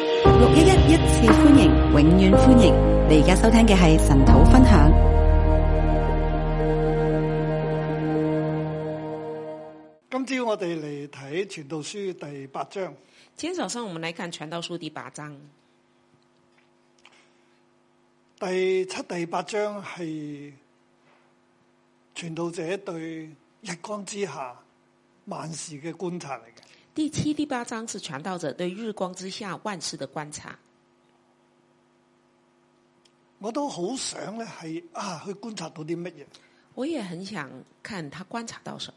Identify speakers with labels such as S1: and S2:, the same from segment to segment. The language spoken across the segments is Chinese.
S1: 六一一一次歡迎，永遠歡迎！你而家收聽嘅係神土分享。
S2: 今朝我哋嚟睇《傳道書》第八章，
S3: 今天早上我們來看《傳道書》第八章，
S2: 第七、第八章係傳道者對日光之下萬事嘅觀察嚟嘅。
S3: 第七、第八章是傳道者對日光之下萬事的觀察。
S2: 我都好想咧係啊，去觀察到啲乜嘢？
S3: 我也很想看他觀察到什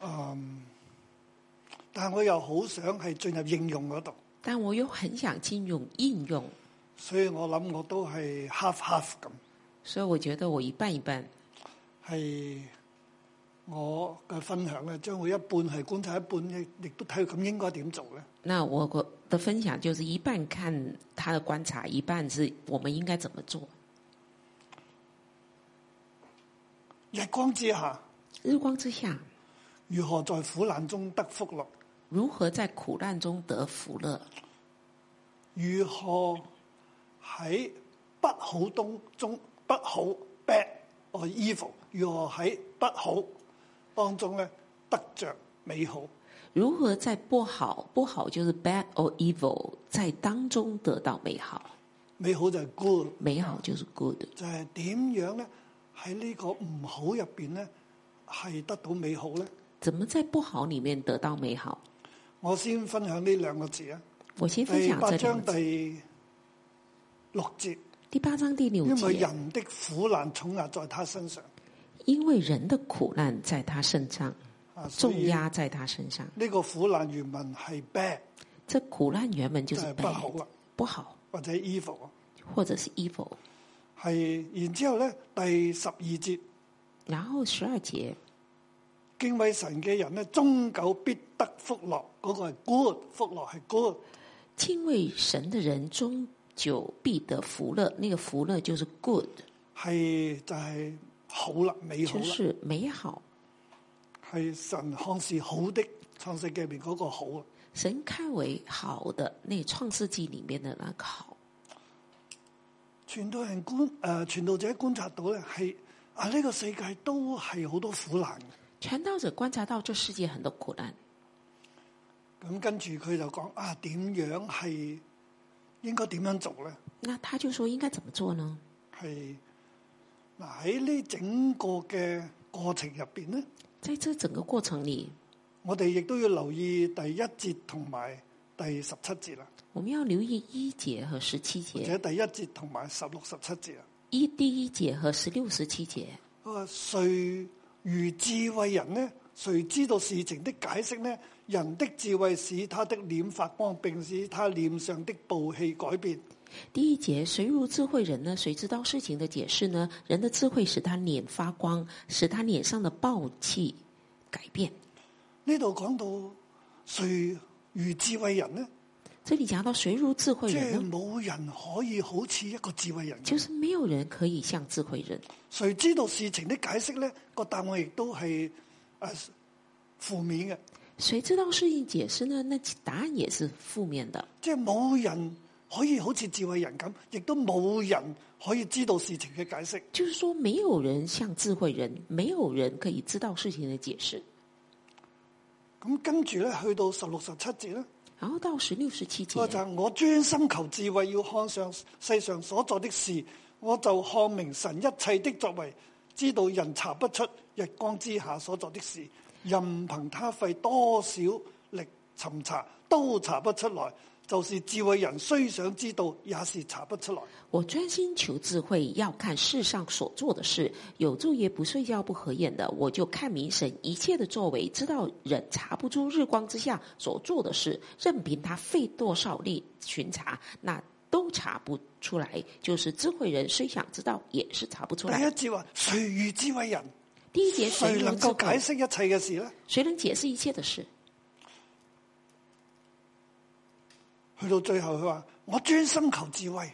S3: 麼，
S2: 但係我又好想係進入應用嗰度，
S3: 但我又很想進入應用，
S2: 所以我諗我都係 half half 咁，
S3: 所以我覺得我一半一半。
S2: 係我嘅分享咧，將會一半係觀察，一半亦亦都睇佢咁應該點做咧。
S3: 那我的分享就是一半看他的觀察，一半是我們應該怎麼做。
S2: 日光之下，
S3: 日光之下，
S2: 如何在苦難中得福樂？
S3: 如何在苦難中得福樂？
S2: 如何喺不好當中不好 bad or evil？如何喺不好當中咧得着美好？
S3: 如何在不好不好就是 bad or evil，在當中得到美好，
S2: 美好就係 good，
S3: 美好就是 good。
S2: 就係點樣咧喺呢個唔好入邊咧係得到美好咧？
S3: 怎麼在不好裡面得到美好？
S2: 我先分享呢兩個字啊，
S3: 我先分
S2: 第
S3: 享
S2: 哎八
S3: 這
S2: 章
S3: 兩節，
S2: 第六節，
S3: 第八章第六
S2: 因為
S3: 節，
S2: 人的苦難重壓在他身上
S3: 因為人的苦難在他身上，
S2: 啊，所
S3: 重
S2: 以
S3: 壓在他身上。
S2: 呢個苦難原文係 bad
S3: 這苦難原本就
S2: 就是係不
S3: bad，
S2: 好啦，
S3: 不好，
S2: 或者 evil 啊。
S3: 或者是 evil。
S2: 係，然之後咧，第十二節
S3: 然後十二節，
S2: 敬畏神嘅人咧，終究必得福樂。嗰、個係 good，福樂係 good。
S3: 敬畏神的人終究必得福樂，那個福樂就是 good，
S2: 係就係、好啦，美好
S3: 就
S2: 啦，
S3: 是美好。
S2: 係神看是好的創世記入面嗰個好啊。
S3: 神看為好的，那創世紀裡面的那個好。
S2: 傳道人觀誒、呃、傳道者觀察到咧，係啊呢、個世界都係好多苦難嘅。
S3: 傳道者觀察到這世界很多苦難，
S2: 咁跟住佢就講啊，點樣係應該點樣做咧？
S3: 那他就說應該怎麼做呢？
S2: 係嗱喺呢整個嘅過程入邊咧。
S3: 在這整個過程裡，
S2: 我哋亦都要留意第一節同埋第十七節啦，
S3: 我們要留意一節和十七
S2: 或
S3: 節，
S2: 者第一節同埋十六、十七節啊。
S3: 一第一節和十六、十七節。
S2: 佢話誰如智慧人呢？誰知道事情的解釋呢？人的智慧使他的臉發光，並使他臉上的暴氣改變。
S3: 第一節，誰如智慧人呢？誰知道事情的解釋呢？人的智慧使他臉發光，使他臉上的暴氣改變。
S2: 呢度講到誰如智慧人呢？
S3: 這裡講到誰如智慧
S2: 即
S3: 人
S2: 係
S3: 呢？
S2: 冇人可以好似一個智慧人。
S3: 就是沒有人可以像智慧人。
S2: 誰知道事情的解釋呢？個答案亦都係誒負面嘅。
S3: 誰知道事情解釋呢？那答案也是負面的，
S2: 即係冇人可以好似智慧人咁，亦都冇人可以知道事情嘅解釋。
S3: 就是說沒有人像智慧人，沒有人可以知道事情的解釋。
S2: 咁跟住咧，去到十六、十七節咧，
S3: 然後到十六、十七
S2: 我就
S3: 節，
S2: 係我專心求智慧，要看上世上所做的事，我就看明神一切的作為，知道人查不出日光之下所做的事，任憑他費多少力尋查，都查不出來。就是智慧人雖想知道，也是查不出來。
S3: 我專心求智慧，要看世上所做的事，有晝夜不睡覺不合眼的，我就看明神一切的作為，知道人查不出日光之下所做的事，任凭他费多少力巡查，那都查不出來。就是智慧人虽想知道，也是查不出
S2: 第一
S3: 來。
S2: 節話：誰如智慧人？
S3: 第一節，誰
S2: 誰
S3: 能
S2: 能
S3: 智
S2: 夠
S3: 慧
S2: 解？釋一切嘅事呢？
S3: 誰能解釋一切的事？
S2: 去到最後，佢話：我專心求智慧，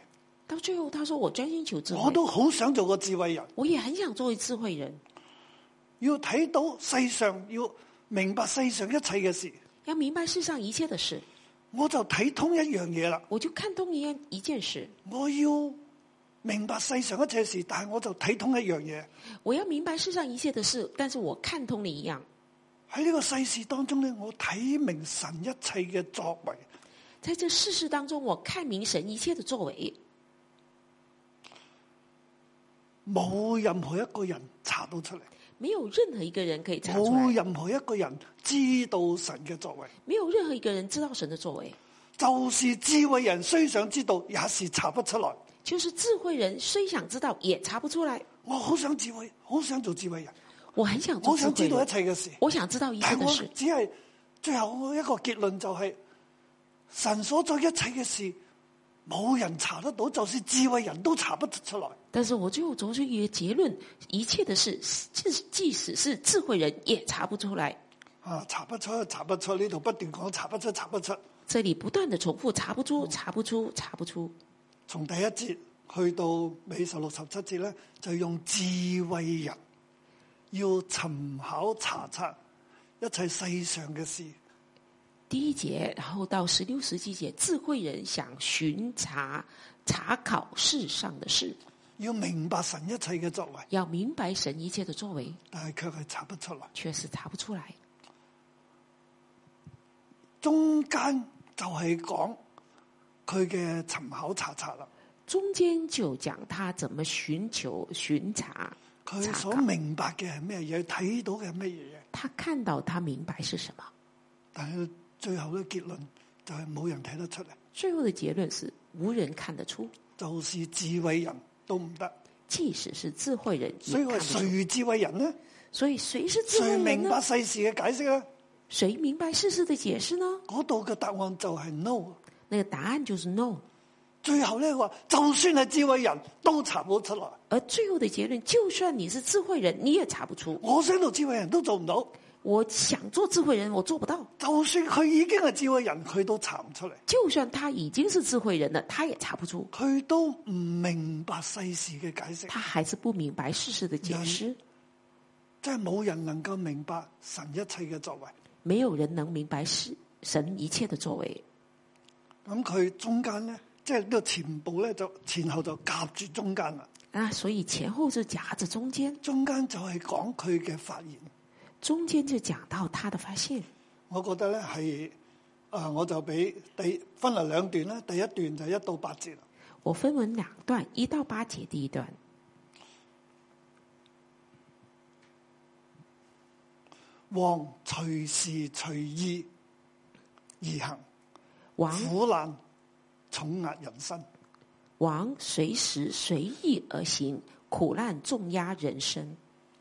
S3: 到最後，他說：“我專心求智慧，
S2: 我都好想做個智慧人。
S3: 我也很想作為智慧人，
S2: 要睇到世上，要明白世上一切嘅事。
S3: 要明白世上一切的事。
S2: 我就睇通一樣嘢啦。
S3: 我就看通一样一件事，
S2: 我要明白世上一切事，但係我就睇通一樣嘢。
S3: 我要明白世上一切的事，但是我看通了一样，
S2: 喺呢個世事當中咧，我睇明神一切嘅作為。
S3: 在这世事当中，我看明神一切的作为，
S2: 冇任何一個人查到出嚟，
S3: 没有任何一个人可以查出
S2: 冇
S3: 来，
S2: 任何一個人知道神嘅作為。
S3: 没有任何一个人知道神的作为。
S2: 就是智慧人雖想知道，也是查不出來。
S3: 就是智慧人虽想知道，也查不出来。
S2: 我好想智慧，好想做智慧人，
S3: 我很想
S2: 我
S3: 做智
S2: 想知
S3: 慧
S2: 道一
S3: 人，
S2: 切嘅事，
S3: 我想知道一切
S2: 但
S3: 的
S2: 我
S3: 事，
S2: 只係最後我一個結論就係、神所作一切嘅事，冇人查得到，就是智慧人都查不出來。
S3: 但是我最后得出一个结论：一切的事，即即使是智慧人也查不出来。
S2: 啊，查不出，查不出，呢度不斷講查不出，查不出。
S3: 这里不断的重复，查不
S2: 哦
S3: 出，查不出，查不出。
S2: 從第一節去到尾十六十七節咧，就用智慧人要尋考查察一切世上嘅事。
S3: 第一节，然后到十六、十七节，智慧人想巡查、查考世上的事，
S2: 要明白神一切嘅作為，
S3: 要明白神一切的作为，
S2: 但係卻係查不出來。
S3: 却是查不出来。
S2: 中間就係講佢嘅尋考查察啦，
S3: 中间就讲他怎么寻求、巡查，
S2: 佢
S3: 查
S2: 所
S3: 考
S2: 明白嘅係咩嘢，睇到嘅係咩嘢，
S3: 他看到，他明白是什么。
S2: 但係最後嘅結論就係冇人睇得出嚟，
S3: 最后的结论是，无人看得出，
S2: 就是智慧人都唔得。
S3: 即使是智慧人也
S2: 所以
S3: 看
S2: 話
S3: 不出。
S2: 誰智慧人呢？
S3: 所以谁是嗯智
S2: 誰
S3: 慧人啊
S2: 明
S3: 呢
S2: 白？世事嘅解釋呢？
S3: 谁明白世事的解释呢？
S2: 嗰度嘅答案就係 no。
S3: 那个答案就是 no。
S2: 最後咧話，就算係智慧人都查唔出來。
S3: 而最后的结论，就算你是智慧人，你也查不出。
S2: 我想做智慧人都做唔到，
S3: 我想做智慧人，我做不到。
S2: 就算佢已經係智慧人，佢都查唔出嚟。
S3: 就算他已经是智慧人了，他也查不出，
S2: 佢都唔明白世事嘅解釋，
S3: 他还是不明白世事的解释。
S2: 即係冇人能夠明白神一切嘅作為。
S3: 没有人能明白世神一切的作为。
S2: 咁佢中間咧，即係呢個前部咧，就前後就夾住中間啦。
S3: 啊，所以前后就夹着中间，
S2: 中間就係講佢嘅發言，
S3: 中间就讲到他的发现。
S2: 我覺得咧係啊，我就俾第分嚟兩段啦。第一段就一到八節啦，
S3: 我分为两段，一到八节第一段。
S2: 王隨時隨意而
S3: 王
S2: 行，苦難重壓人身。
S3: 王随时随意而行，苦难重压人生。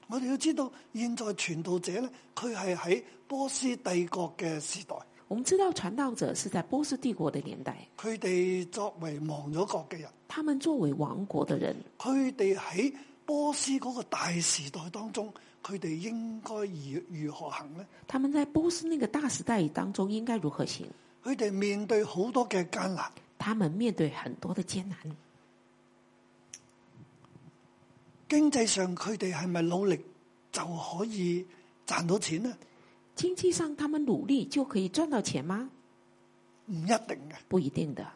S2: 我哋要知道，現在傳道者咧，佢係喺波斯帝國嘅時代，
S3: 我们知道传道者是在波斯帝国的年代，
S2: 佢哋作為亡咗國嘅人，
S3: 他们作为王国的人，
S2: 佢哋喺波斯嗰個大時代當中，佢哋應該如如何行呢？
S3: 他们在波斯那个大时代当中应该如何行？
S2: 佢哋面對好多嘅艱難，
S3: 他们面对很多的艰难，
S2: 經濟上佢哋係咪努力就可以賺到錢呢？
S3: 经济上他们努力就可以赚到钱吗？
S2: 唔一定嘅，
S3: 不一定的。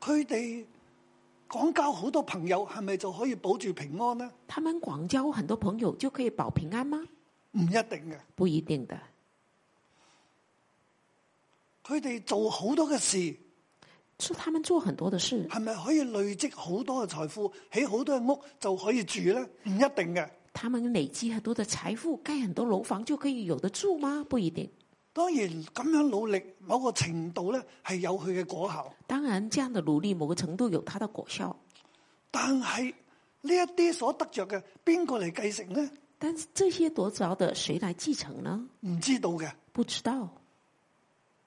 S2: 佢哋廣交好多朋友，係咪就可以保住平安呢？
S3: 他们广交很多朋友就可以保平安吗？
S2: 唔一定嘅，
S3: 不一定的。
S2: 佢哋做好多嘅事。
S3: 是他们做很多的事，
S2: 係咪可以累積好多嘅財富，起好多嘅屋就可以住咧？唔一定嘅。
S3: 他们累积很多的财富，盖很多楼房就可以有得住吗？不一定。
S2: 當然咁樣努力，某個程度咧係有佢嘅果效。
S3: 当然，这样的努力某个程度有它的果效，
S2: 但係呢一啲所得着嘅，邊個嚟繼承呢？
S3: 但是这些得着的谁来继承呢？
S2: 唔知道嘅。
S3: 不知道。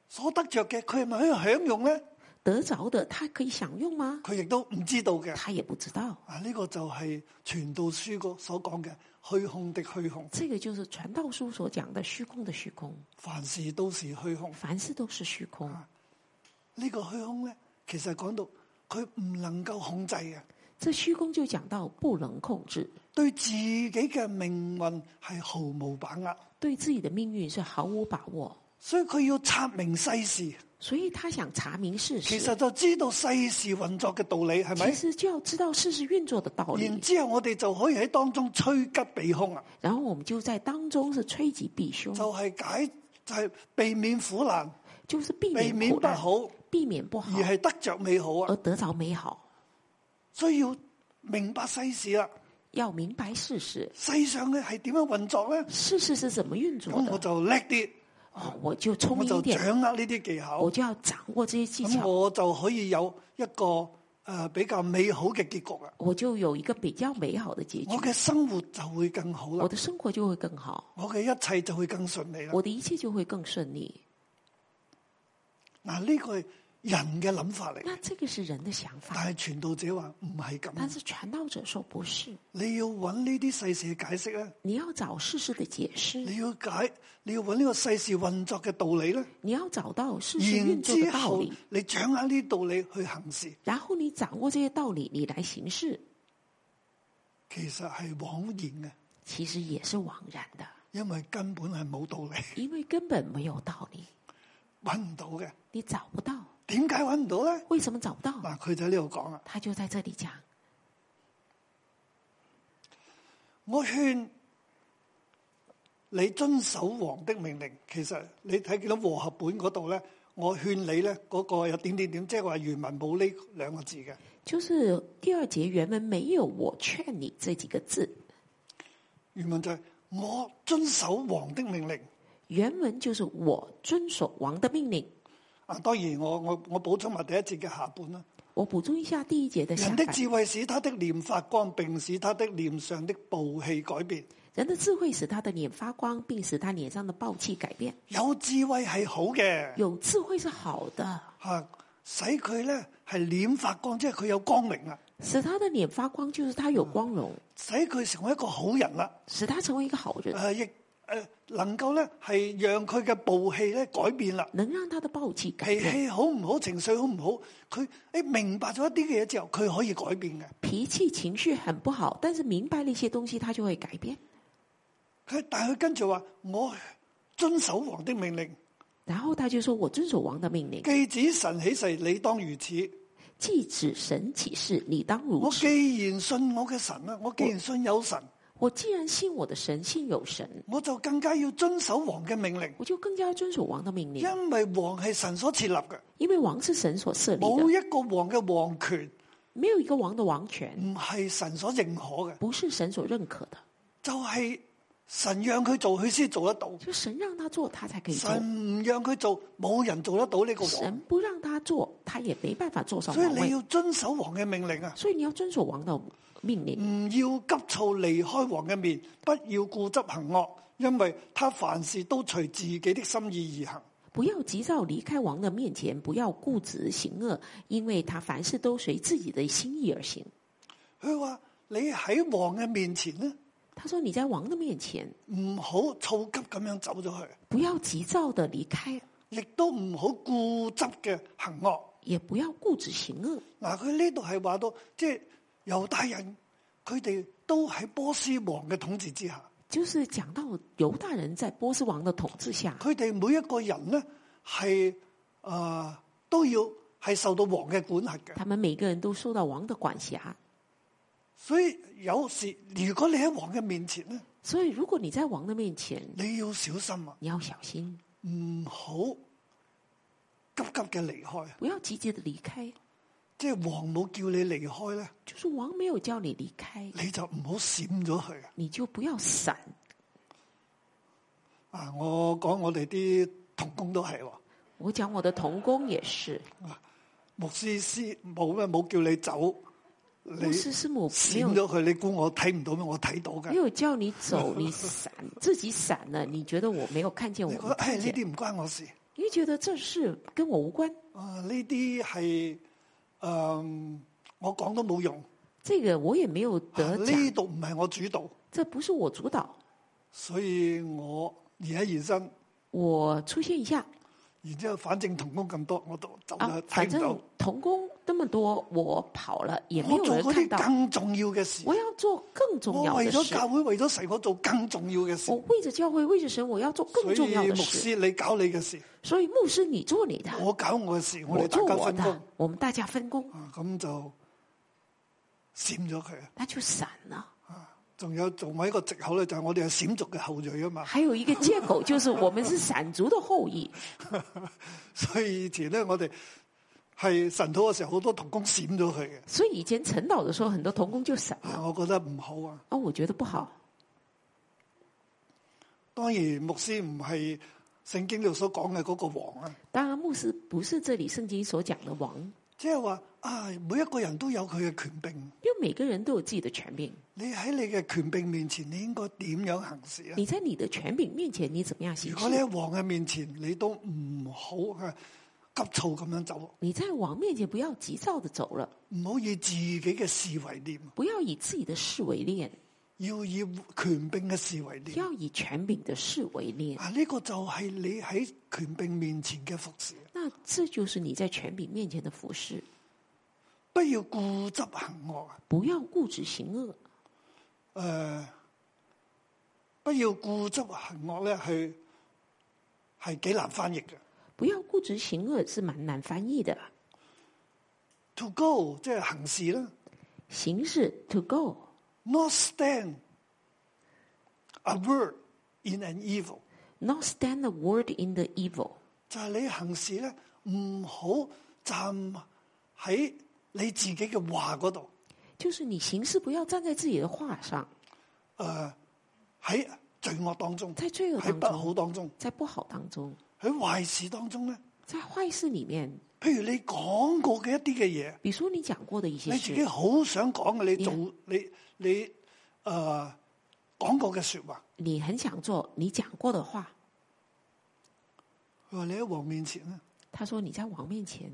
S2: 所得着嘅，佢係咪可以享用咧？
S3: 得着的他可以享用吗？
S2: 佢亦都唔知道嘅。
S3: 他也不知道。
S2: 啊，呢、個就係傳道書個所講嘅虛空的虛空，
S3: 这个就是传道书所讲的虚空的虚空，
S2: 凡事都是虛空。
S3: 凡事都是虚空。
S2: 啊呢、個虛空咧，其實講到佢唔能夠控制嘅。
S3: 这虚空就讲到不能控制，
S2: 對自己嘅命運係毫無把握，
S3: 对自己的命运是毫无把握。
S2: 所以佢要察明世事，
S3: 所以他想查明事
S2: 其
S3: 实，
S2: 實就知道世事運作嘅道理係
S3: 其
S2: 咪？
S3: 实就要知道事实运作的道理
S2: 然，之後我哋就可以喺當中趨吉避凶啊，
S3: 然后我们就在当中是趋吉避凶，
S2: 就係解就係避免苦難，
S3: 就是避
S2: 避
S3: 免
S2: 免
S3: 苦
S2: 不
S3: 难，啊
S2: 好，
S3: 避免不好
S2: 而係得着美好啊
S3: 而。得着美好。
S2: 所以要明白世事啦，
S3: 要明白事实，
S2: 世上嘅係點樣運作咧？
S3: 事实是怎么运作
S2: 咁我
S3: 的，
S2: 就叻啲，
S3: 哦，我就聪
S2: 我
S3: 明一
S2: 就
S3: 点，
S2: 掌握呢啲技巧
S3: 我。就要掌握这些技
S2: 咁
S3: 巧，
S2: 我就可以有一個诶、呃比較美好嘅結局啦。
S3: 我就有一个比较美好的结局
S2: 我，嘅生活就會更好
S3: 我
S2: 啦，
S3: 的生活就会更好，
S2: 我嘅一切就會更順利啦。
S3: 我的一切就会更顺利。
S2: 嗱，呢個係人嘅諗法嚟，
S3: 那这个是人的想法，
S2: 但係傳道者話唔係
S3: 但
S2: 咁，
S3: 是传道者说不是，
S2: 你要揾呢啲世事嘅解釋咧，
S3: 你要找事实的解释，
S2: 你要解，你要揾呢個世事運作嘅道理咧，
S3: 你要找到事实
S2: 然
S3: 运作的
S2: 之
S3: 道
S2: 後
S3: 理，
S2: 你掌握呢啲道理去行事，
S3: 然后你掌握这些道理，你来行事，
S2: 其實係枉然嘅，
S3: 其实也是枉然的，
S2: 因為根本係冇道理，
S3: 因为根本没有道理，
S2: 揾唔到嘅。
S3: 你找不到。
S2: 點解揾唔到咧？
S3: 为什么找不到？
S2: 嗱，佢就喺呢度講啊。
S3: 他就在这里讲。
S2: 我勸你遵守王的命令。其實你睇見到和合本嗰度咧，我勸你咧嗰、個有點點點，即係話原文冇呢兩個字嘅。
S3: 就是第二节原文没有“我劝你”这几个字，
S2: 原文就係我遵守王的命令。
S3: 原文就是“我遵守王的命令
S2: 啊，當然我我我補充埋第一節嘅下半啦。”。
S3: 我补充一下第一节的下
S2: 人
S3: 半
S2: 的：智慧使他的臉發光，並使他的臉上的暴氣改變。
S3: 人的智慧使他的脸发光，并使他脸上的暴气改变。
S2: 有智慧係好嘅，
S3: 有智慧是好的，
S2: 吓、使佢咧係臉發光，即係佢有光明啦，
S3: 使他的脸发光，就是他有光荣，
S2: 使佢成為一個好人啦。
S3: 使他成为一个好人，
S2: 呃誒亦誒能夠咧係讓佢嘅暴氣咧改變啦，
S3: 能让他的暴气改
S2: 脾
S3: 变。
S2: 氣好唔好，情緒好唔好，佢誒明白咗一啲嘅嘢之後，佢可以改變嘅。
S3: 脾气情绪很不好，但是明白了一些东西，他就会改变。
S2: 佢但係佢跟住話：我遵守王的命令，
S3: 然后他就说：“我遵守王的命令，
S2: 既指神起誓，你當如此。
S3: 既指神启示，理当如
S2: 我
S3: 此。”
S2: 既然信我嘅神啦，我既然信有神，
S3: 我既然信我的神，信有神，
S2: 我就更加要遵守王嘅命令，
S3: 我就更加要遵守王的命令，
S2: 因為王係神所設立嘅，
S3: 因为王是神所设立
S2: 冇
S3: 的，
S2: 一個王嘅王權
S3: 没有一个王的王权
S2: 唔係神所認可嘅，
S3: 不是神所认可的，
S2: 就係、神讓佢做，佢先做得到。
S3: 就神让他做，他才可以做；
S2: 神唔讓佢做，冇人做得到呢個王
S3: 神。不让他做，他也没办法坐上
S2: 所以
S3: 王
S2: 你
S3: 位。
S2: 要遵守王嘅命令啊，
S3: 所以你要遵守王的命令，
S2: 唔要急躁離開王嘅面，不要固執行惡，因為他凡事都隨自己的心意而行。
S3: 不要急躁离开王的面前，不要固执行恶，因为他凡事都随自己的心意而行。
S2: 佢話：你喺王嘅面前呢，
S3: 他说：“你在王的面前，
S2: 唔好躁急咁樣走咗去，
S3: 不要急躁的离开，
S2: 亦都唔好固執嘅行惡。
S3: 也不要固执行恶。”
S2: 嗱，佢呢度係話到，即係猶大人，佢哋都喺波斯王嘅統治之下。
S3: 就是讲到犹大人在波斯王的统治下，
S2: 佢哋每一個人咧係誒都要係受到王嘅管轄嘅，
S3: 他们每个人都受到王的管辖。
S2: 所以有時如果你喺王嘅面前咧，
S3: 所以，如果你在王的面前，
S2: 你要小心啊，
S3: 你要小心，
S2: 唔好急急嘅離開。啊
S3: 不要急急的离开。
S2: 即係王冇叫你離開咧，
S3: 就是王没有叫你离开，
S2: 你就唔好閃咗佢啊！
S3: 你就不要闪。
S2: 啊，我講我哋啲童工都係喎，
S3: 我讲我的童工也是，
S2: 牧師師冇咩冇叫你走，你
S3: 牧师师母没
S2: 閃
S3: 有
S2: 咗佢，你估我睇唔到咩？我睇到
S3: 没
S2: 㗎。
S3: 有叫你走，你闪自己闪了。你觉得我没有看见，我
S2: 你覺
S3: 没
S2: 得唉
S3: 看
S2: 呢
S3: 见，
S2: 啲唔關我事。
S3: 你就觉得这事跟我无关，
S2: 啊！呢啲係誒，我講都冇用。
S3: 这个我也没有
S2: 啊
S3: 得
S2: 呢
S3: 奖，
S2: 度唔係我主導，
S3: 这不是我主导。
S2: 所以我而家現身
S3: 我出现一下，
S2: 然之後反正同工咁多，我都走啦
S3: 啊，，
S2: 睇
S3: 反
S2: 唔到
S3: 正。童工那么多，我跑了也没
S2: 我
S3: 有
S2: 做
S3: 人
S2: 嗰
S3: 看
S2: 啲
S3: 到。
S2: 更重要嘅事，
S3: 我要做更重
S2: 我
S3: 要
S2: 為
S3: 的
S2: 咗
S3: 事，
S2: 教會，為咗神，我做更重要嘅事
S3: 我。为着教会，为着神，我要做
S2: 所
S3: 更重
S2: 以
S3: 要的
S2: 牧師
S3: 事。
S2: 你搞你嘅 事，
S3: 所以牧师，你做你的，
S2: 我搞我嘅事，我
S3: 我
S2: 哋
S3: 做
S2: 大家
S3: 我
S2: 分工
S3: 的，我们大家分工，
S2: 啊，咁就閃咗佢。
S3: 那就散了。
S2: 仲有仲有一個藉口咧，就係我哋係閃族嘅後裔啊嘛。
S3: 还有一个借口就是我们是散族的后裔，
S2: 所以以前咧，我哋係神土嘅時候，好多童工閃咗佢嘅。
S3: 所以以前晨祷的时候，很多童工就散了。
S2: 啊，我覺得唔好啊。
S3: 啊，我觉得不好。
S2: 當然，牧師唔係聖經度所講嘅嗰個王啊，
S3: 当然，牧师不是这里圣经所讲的王，
S2: 即係話啊，每一個人都有佢嘅權柄。
S3: 因为每个人都有自己的权柄。
S2: 你喺你嘅權柄面前，你應該點樣行事啊？
S3: 你在你的权柄面前，你怎么样行
S2: 如果你
S3: 事？
S2: 喺王嘅面前，你都唔好啊急躁咁樣走，
S3: 你在王面前不要急躁的走了，
S2: 唔好以自己嘅事為念，
S3: 不要以自己的事为念，
S2: 要以權柄嘅事為念。
S3: 要以权柄的事为念。
S2: 啊，呢、個就係你喺權柄面前嘅服侍，啊
S3: 那这就是你在权柄面前的服饰，
S2: 不要固執行惡啊！
S3: 不要固执行恶，
S2: 诶、不要固執行惡咧，係係幾難翻譯嘅。
S3: 不要固执行恶是蛮难翻译的。
S2: To go 即係行事啦
S3: 行事 to go，
S2: ，not stand a word in an evil
S3: Not stand a word in the evil，
S2: 就係你行事咧，唔好站喺你自己嘅話嗰度，
S3: 就是你行事不要站在自己的话上，
S2: 诶、喺罪惡當中，
S3: 在罪恶
S2: 喺
S3: 当
S2: 不好
S3: 中，
S2: 當中，
S3: 在不好当中，
S2: 喺壞事當中咧。
S3: 在坏事里面，
S2: 譬如你講過嘅一啲嘅嘢，
S3: 比如说你讲过的一些
S2: 你自己
S3: 事，
S2: 好想講嘅，你
S3: Yeah.
S2: 做你你诶、呃、讲过嘅说話，
S3: 你很想做，你讲过的话，
S2: 佢話你喺王面前咧，
S3: 他说你在王面前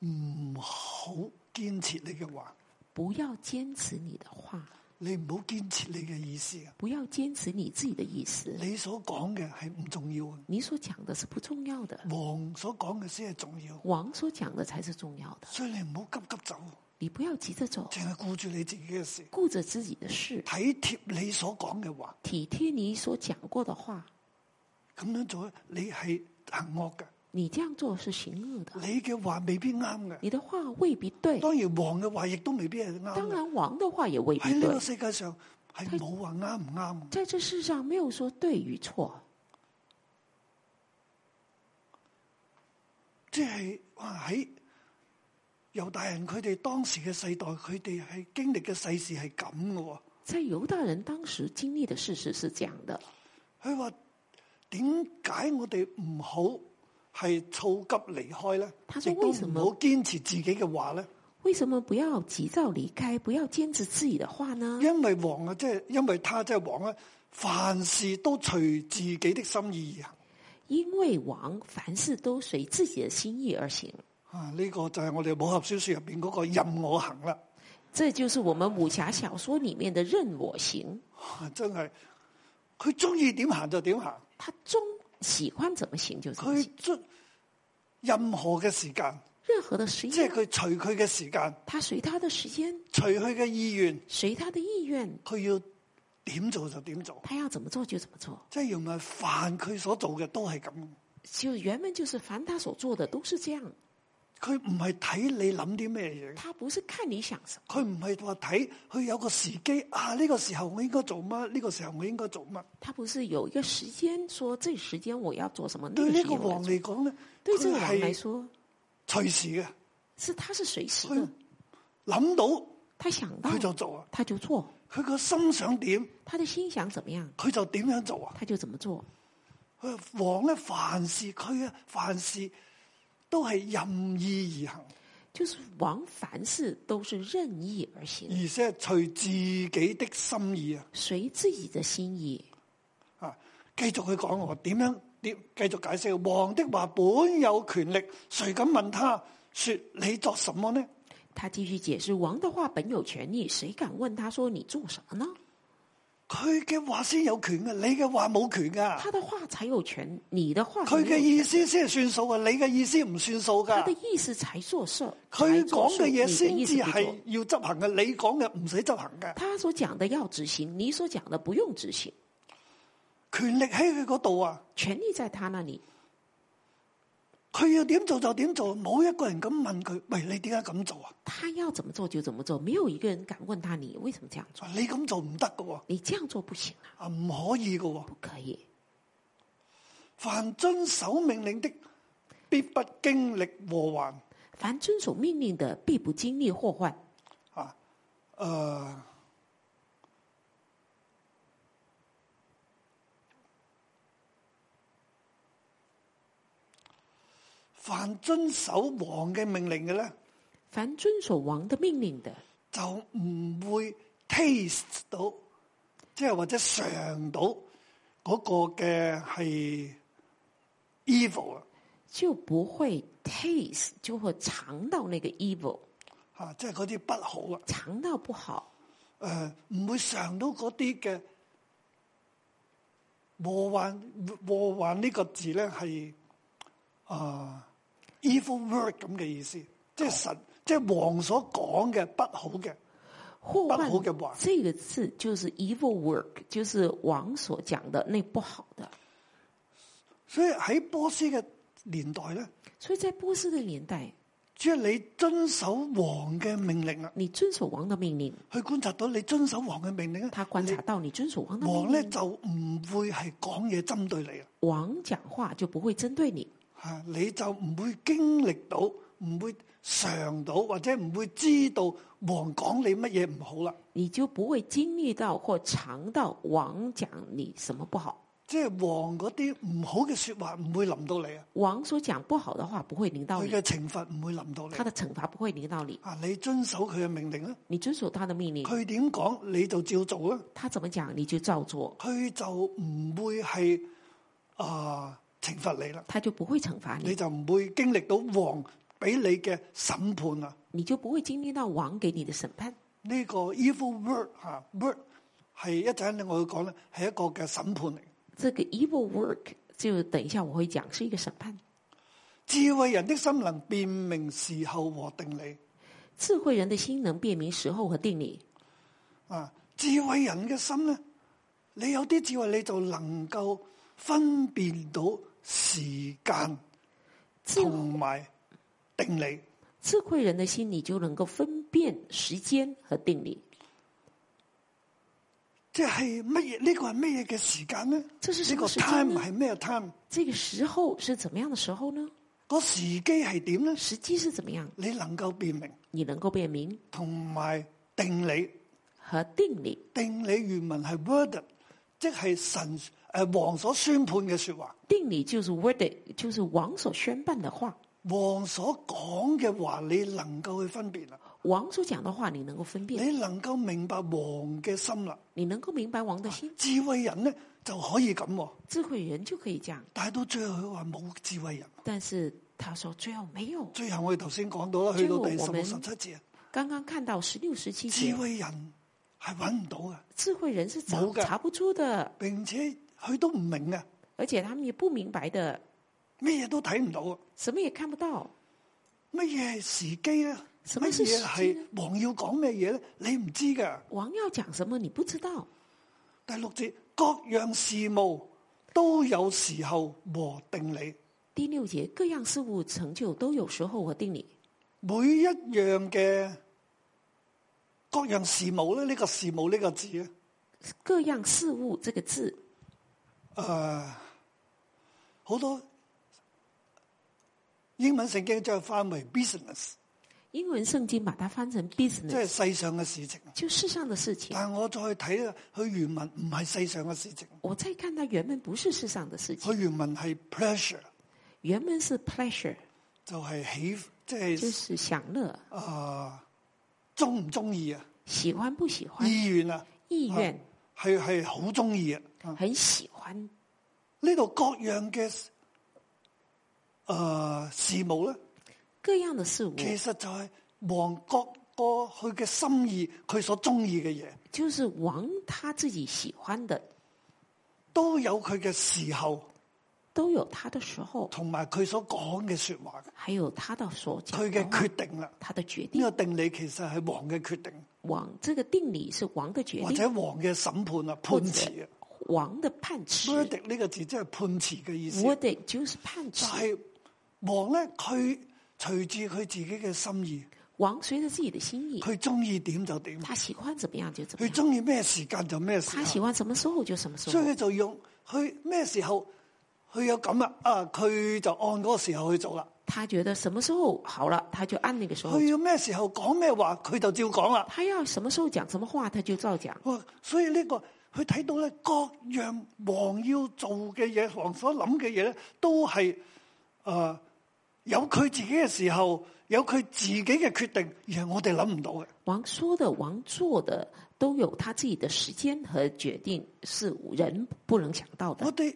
S2: 唔好堅持你嘅話，
S3: 不要坚持你的话，
S2: 你唔好堅持你嘅意思啊！
S3: 不要坚持你自己的意思，
S2: 你所講嘅係唔重要嘅，
S3: 你所讲的是不重要的，
S2: 王所講嘅先係重要，
S3: 王所讲的才是重要的。
S2: 所以你唔好急急走，
S3: 你不要急着走，
S2: 淨係顧住你自己嘅事，
S3: 顾着自己的事，
S2: 體貼你所講嘅話，
S3: 体贴你所讲过的话。
S2: 咁樣做你係行惡嘅，
S3: 你这样做是行恶的，
S2: 你嘅話未必啱嘅。
S3: 你的话未必对。
S2: 當然王嘅話亦都未必係啱
S3: 当
S2: 嘅。
S3: 然，王的话也未
S2: 喺
S3: 必
S2: 呢個
S3: 对。
S2: 世界上係冇話啱唔啱，
S3: 在这世上没有说对与错，
S2: 即係哇喺猶大人佢哋當時嘅世代，佢哋係經歷嘅世事係咁嘅喎。
S3: 在犹大人当时经历的事实是这样的。
S2: 佢話點解我哋唔好係躁急離開咧？
S3: 他說
S2: 亦都
S3: 為什
S2: 唔
S3: 麼
S2: 好堅持自己嘅話咧，
S3: 为什么不要急躁离开，不要坚持自己的话呢？
S2: 因為王啊，即係因為他即係王啊，凡事都隨自己的心意而行。
S3: 因为王凡事都随自己的心意而行，
S2: 啊！呢、個就係我哋武俠小説入邊嗰個任我行啦。
S3: 这就是我们武侠小说里面的任我行。
S2: 啊真係佢中意點行就點行，
S3: 他中喜欢怎么行就怎么行，
S2: 佢中任何嘅時間，
S3: 任何的时
S2: 即係
S3: 间，
S2: 佢隨佢嘅時間，
S3: 他随他的时间，
S2: 隨佢嘅意願，
S3: 随他的意愿，
S2: 佢要點做就點做，
S3: 他要怎么做就怎么做。
S2: 即係原來凡佢所做嘅都係咁。
S3: 就原本就是凡他所做的都是这样，
S2: 佢唔係睇你諗啲咩嘢，
S3: 他不是看你想什么，
S2: 佢唔係話睇佢有個時機啊，呢、個時候我應該做乜，呢、個時候我應該做乜。
S3: 他不是有一个时间说这时间我要做什么，那
S2: 對
S3: 个
S2: 呢
S3: 时
S2: 個
S3: 间我要
S2: 王
S3: 做。
S2: 嚟講咧，
S3: 对这个
S2: 佢
S3: 王来
S2: 係
S3: 说，
S2: 隨時嘅，
S3: 是他是随时
S2: 佢
S3: 的，
S2: 諗到
S3: 他想到
S2: 佢就做啊，
S3: 他就做，
S2: 佢個心想點
S3: 他的心想怎么样
S2: 佢就點樣做啊。
S3: 他就怎么做。
S2: 佢話王咧，凡事佢啊，凡事都係任意而行，
S3: 就是王凡事都是任意而行，
S2: 而且係隨自己的心意啊！
S3: 随自己的心意。
S2: 啊，繼續佢講我點樣點繼續解釋王的話本有權力，誰敢問他說你作什麼呢？
S3: 他继续解释，王的话本有权利，谁敢问他说你做什么呢？
S2: 佢嘅話先有權嘅，你嘅話冇權噶。
S3: 他的话才有权，你的话是
S2: 佢
S3: 没有
S2: 嘅意
S3: 权
S2: 思先係算數啊，你嘅意思唔算數
S3: 他
S2: 噶
S3: 的。意思才作数，才
S2: 佢
S3: 作
S2: 講
S3: 数
S2: 嘅嘢
S3: 你
S2: 先
S3: 的意
S2: 至
S3: 思不
S2: 係
S3: 做。
S2: 要執行嘅，你講嘅唔使執行嘅。
S3: 他所讲的要执行，你所讲的不用执行，
S2: 權力喺佢嗰度啊，
S3: 权利在他那里。
S2: 佢要點做就點做，冇一個人敢問佢，喂，你點解咁做啊？
S3: 他要怎么做就怎么做，没有一个人敢问他你为什么这样做，
S2: 你咁做唔得噶喎，
S3: 你这样做不行
S2: 啊
S3: 啊，
S2: 唔可以噶喎。
S3: 不可以。
S2: 凡遵守命令的，必不經歷禍患。
S3: 凡遵守命令的，必不经历祸患。
S2: 啊，呃诶、凡遵守王嘅命令嘅咧，
S3: 凡遵守王的命令的，
S2: 就唔會 taste 到，即係或者嘗到嗰個嘅係 evil 啊，
S3: 就不会 taste，就会尝到那个 evil，
S2: 吓，啊即係嗰啲不好啊。
S3: 尝到不好，
S2: 誒、呃唔會嘗到嗰啲嘅禍患禍患呢個字咧係啊 evil word 咁嘅意思，即係神即係王所講嘅不好嘅，
S3: 祸患
S2: 不好嘅话
S3: 这个字就是 evil work，就是王所讲的那不好的。
S2: 所以喺波斯嘅年代咧，
S3: 所以在波斯的年代，
S2: 只要你遵守王嘅命令啦，
S3: 你遵守王的命令，
S2: 去觀察到你遵守王嘅命令咧，
S3: 他观察到你遵守王的
S2: 嗯王
S3: 命
S2: 咧
S3: 令，
S2: 就唔會係講嘢針對你啊。
S3: 王讲话就不会针对你，
S2: 吓，你就唔會經歷到，唔會嘗到，或者唔會知道王講你乜嘢唔好啦。
S3: 你就不会经历到或尝到王讲你什么不好。
S2: 即係王嗰啲唔好嘅说話唔會臨到你啊，
S3: 王所講不好的話不會臨到
S2: 佢
S3: 你，
S2: 嘅懲罰唔會臨到你
S3: 他。的懲罰不會臨到你。
S2: 啊，你遵守佢嘅命令啦，
S3: 你遵守他的命令，
S2: 佢點講你就照做啦，
S3: 他怎麼講你就照做，
S2: 佢就唔會係啊惩罚你啦，
S3: 他就不會懲罰
S2: 你
S3: 你，
S2: 就唔會經歷到王俾你嘅審判啦。
S3: 你就不會經歷到王給你的審判。
S2: 呢、個 evil word 吓、word 係一陣我會講咧，係一個嘅審判嚟。
S3: 這個 evil work 就等一下我會講是一個審判。
S2: 智慧人的心能辨明時候和定理。
S3: 智慧人的心能辨明時候和定理，
S2: 啊，智慧人嘅心咧，你有啲智慧，你就能夠分辨到時間
S3: 智
S2: 同埋定理。
S3: 智慧人的心你就能夠分辨時間和定理。
S2: 即係乜嘢？呢、個係乜嘢嘅時間咧？
S3: 這是什
S2: 呢
S3: 麼
S2: 個
S3: 時間
S2: time
S3: 呢？
S2: 係咩 time？
S3: 這個時候是怎麼樣的時候呢？
S2: 個時機係點咧？
S3: 時機是怎麼樣？
S2: 你能夠辨明，
S3: 你能夠辨明
S2: 同埋定理。
S3: 和定理。
S2: 定理原文係 word，即係神诶、王所宣判嘅说話，
S3: 定理就是 word，就是王所宣判的话，
S2: 王所講嘅話，你能夠去分辨啦。
S3: 王所讲的话，你能够分辨，
S2: 你能夠明白王嘅心啦，
S3: 你能够明白王的心。
S2: 智慧人呢就可以咁喎，
S3: 智慧人就可以这样，
S2: 但係到最後佢話冇智慧人。
S3: 但是他说最后没有。
S2: 最後我哋頭先講到啦，去到第十六十七節，啊
S3: 刚刚看到十六、十七
S2: 智
S3: 节，
S2: 慧人係揾唔到嘅，
S3: 智慧人是找
S2: 冇的
S3: 查不出的，
S2: 並且佢都唔明嘅，
S3: 而且他们也不明白的，
S2: 咩嘢都睇唔到啊！
S3: 什么也看不到。
S2: 乜嘢係時機咧？
S3: 什麼
S2: 乜
S3: 是時機
S2: 嘢
S3: 呢
S2: 係王要講咩嘢咧？你唔知㗎。
S3: 王要讲什么，你不知道。
S2: 第六節，各樣事務都有時候和定理，
S3: 第六节，各样事物成就都有时候和定理，
S2: 每一樣嘅各樣事務咧，呢、個事務呢個字咧。
S3: 各样事物这个字
S2: 誒、呃好多英文聖經將佢翻為 business，
S3: 英文圣经把它翻成
S2: 即係
S3: business，
S2: 世上嘅事情。
S3: 就世上的事情。
S2: 但係我再睇咧，佢原文唔係世上嘅事情，
S3: 我再看它原本不是世上的事情
S2: 佢，原文係 pleasure，
S3: 原本是 pleasure，
S2: 就係喜，即
S3: 就
S2: 係
S3: 是享乐，
S2: 啊中唔中意啊，
S3: 喜欢不喜欢，
S2: 意願啊，
S3: 意愿
S2: 係係好中意啊。啊
S3: 很喜欢。
S2: 呢度各樣嘅誒、事務咧，
S3: 各样的事物嗯
S2: 其實就係王各過去嘅心意，佢所中意嘅嘢，
S3: 就是王他自己喜欢的，
S2: 都有佢嘅時候，
S3: 都有他的时候，
S2: 同埋佢所講嘅说話嘅，
S3: 还有他的所讲
S2: 佢
S3: 的
S2: 嘅
S3: 话
S2: 決定啦。
S3: 他的决
S2: 呢、
S3: 定。
S2: 個定理其實係王嘅決定，
S3: 王这个定理是王的决
S2: 或
S3: 定，
S2: 者王嘅審判啊、判
S3: 或者
S2: 詞啊。
S3: 王的判词。
S2: verdict 呢個字即係判詞嘅意思，
S3: 我得就是判
S2: 就
S3: 词。
S2: 係王咧，佢隨住佢自己嘅心意，
S3: 王随着自己的心意，
S2: 佢中意點就點，
S3: 他喜欢怎么样就怎么
S2: 佢
S3: 样，
S2: 中意咩時間就咩時
S3: 他喜
S2: 間，
S3: 欢什么时候就什么时
S2: 所以
S3: 候。
S2: 佢就用佢咩時候佢有咁啊啊，佢就按嗰個時候去做啦。
S3: 他觉得什么时候好了，他就按那个时候
S2: 佢。要咩時候講咩話，佢就照講啦。
S3: 他要什么时候讲什么话，他就照讲。
S2: 哇！所以呢、個佢睇到咧，各樣王要做嘅嘢，王所諗嘅嘢咧，都係誒、呃有佢自己嘅時候，有佢自己嘅決定，而係我哋諗唔到嘅。
S3: 王说的，王做的，都有他自己的时间和决定，是人不能想到的
S2: 我。哋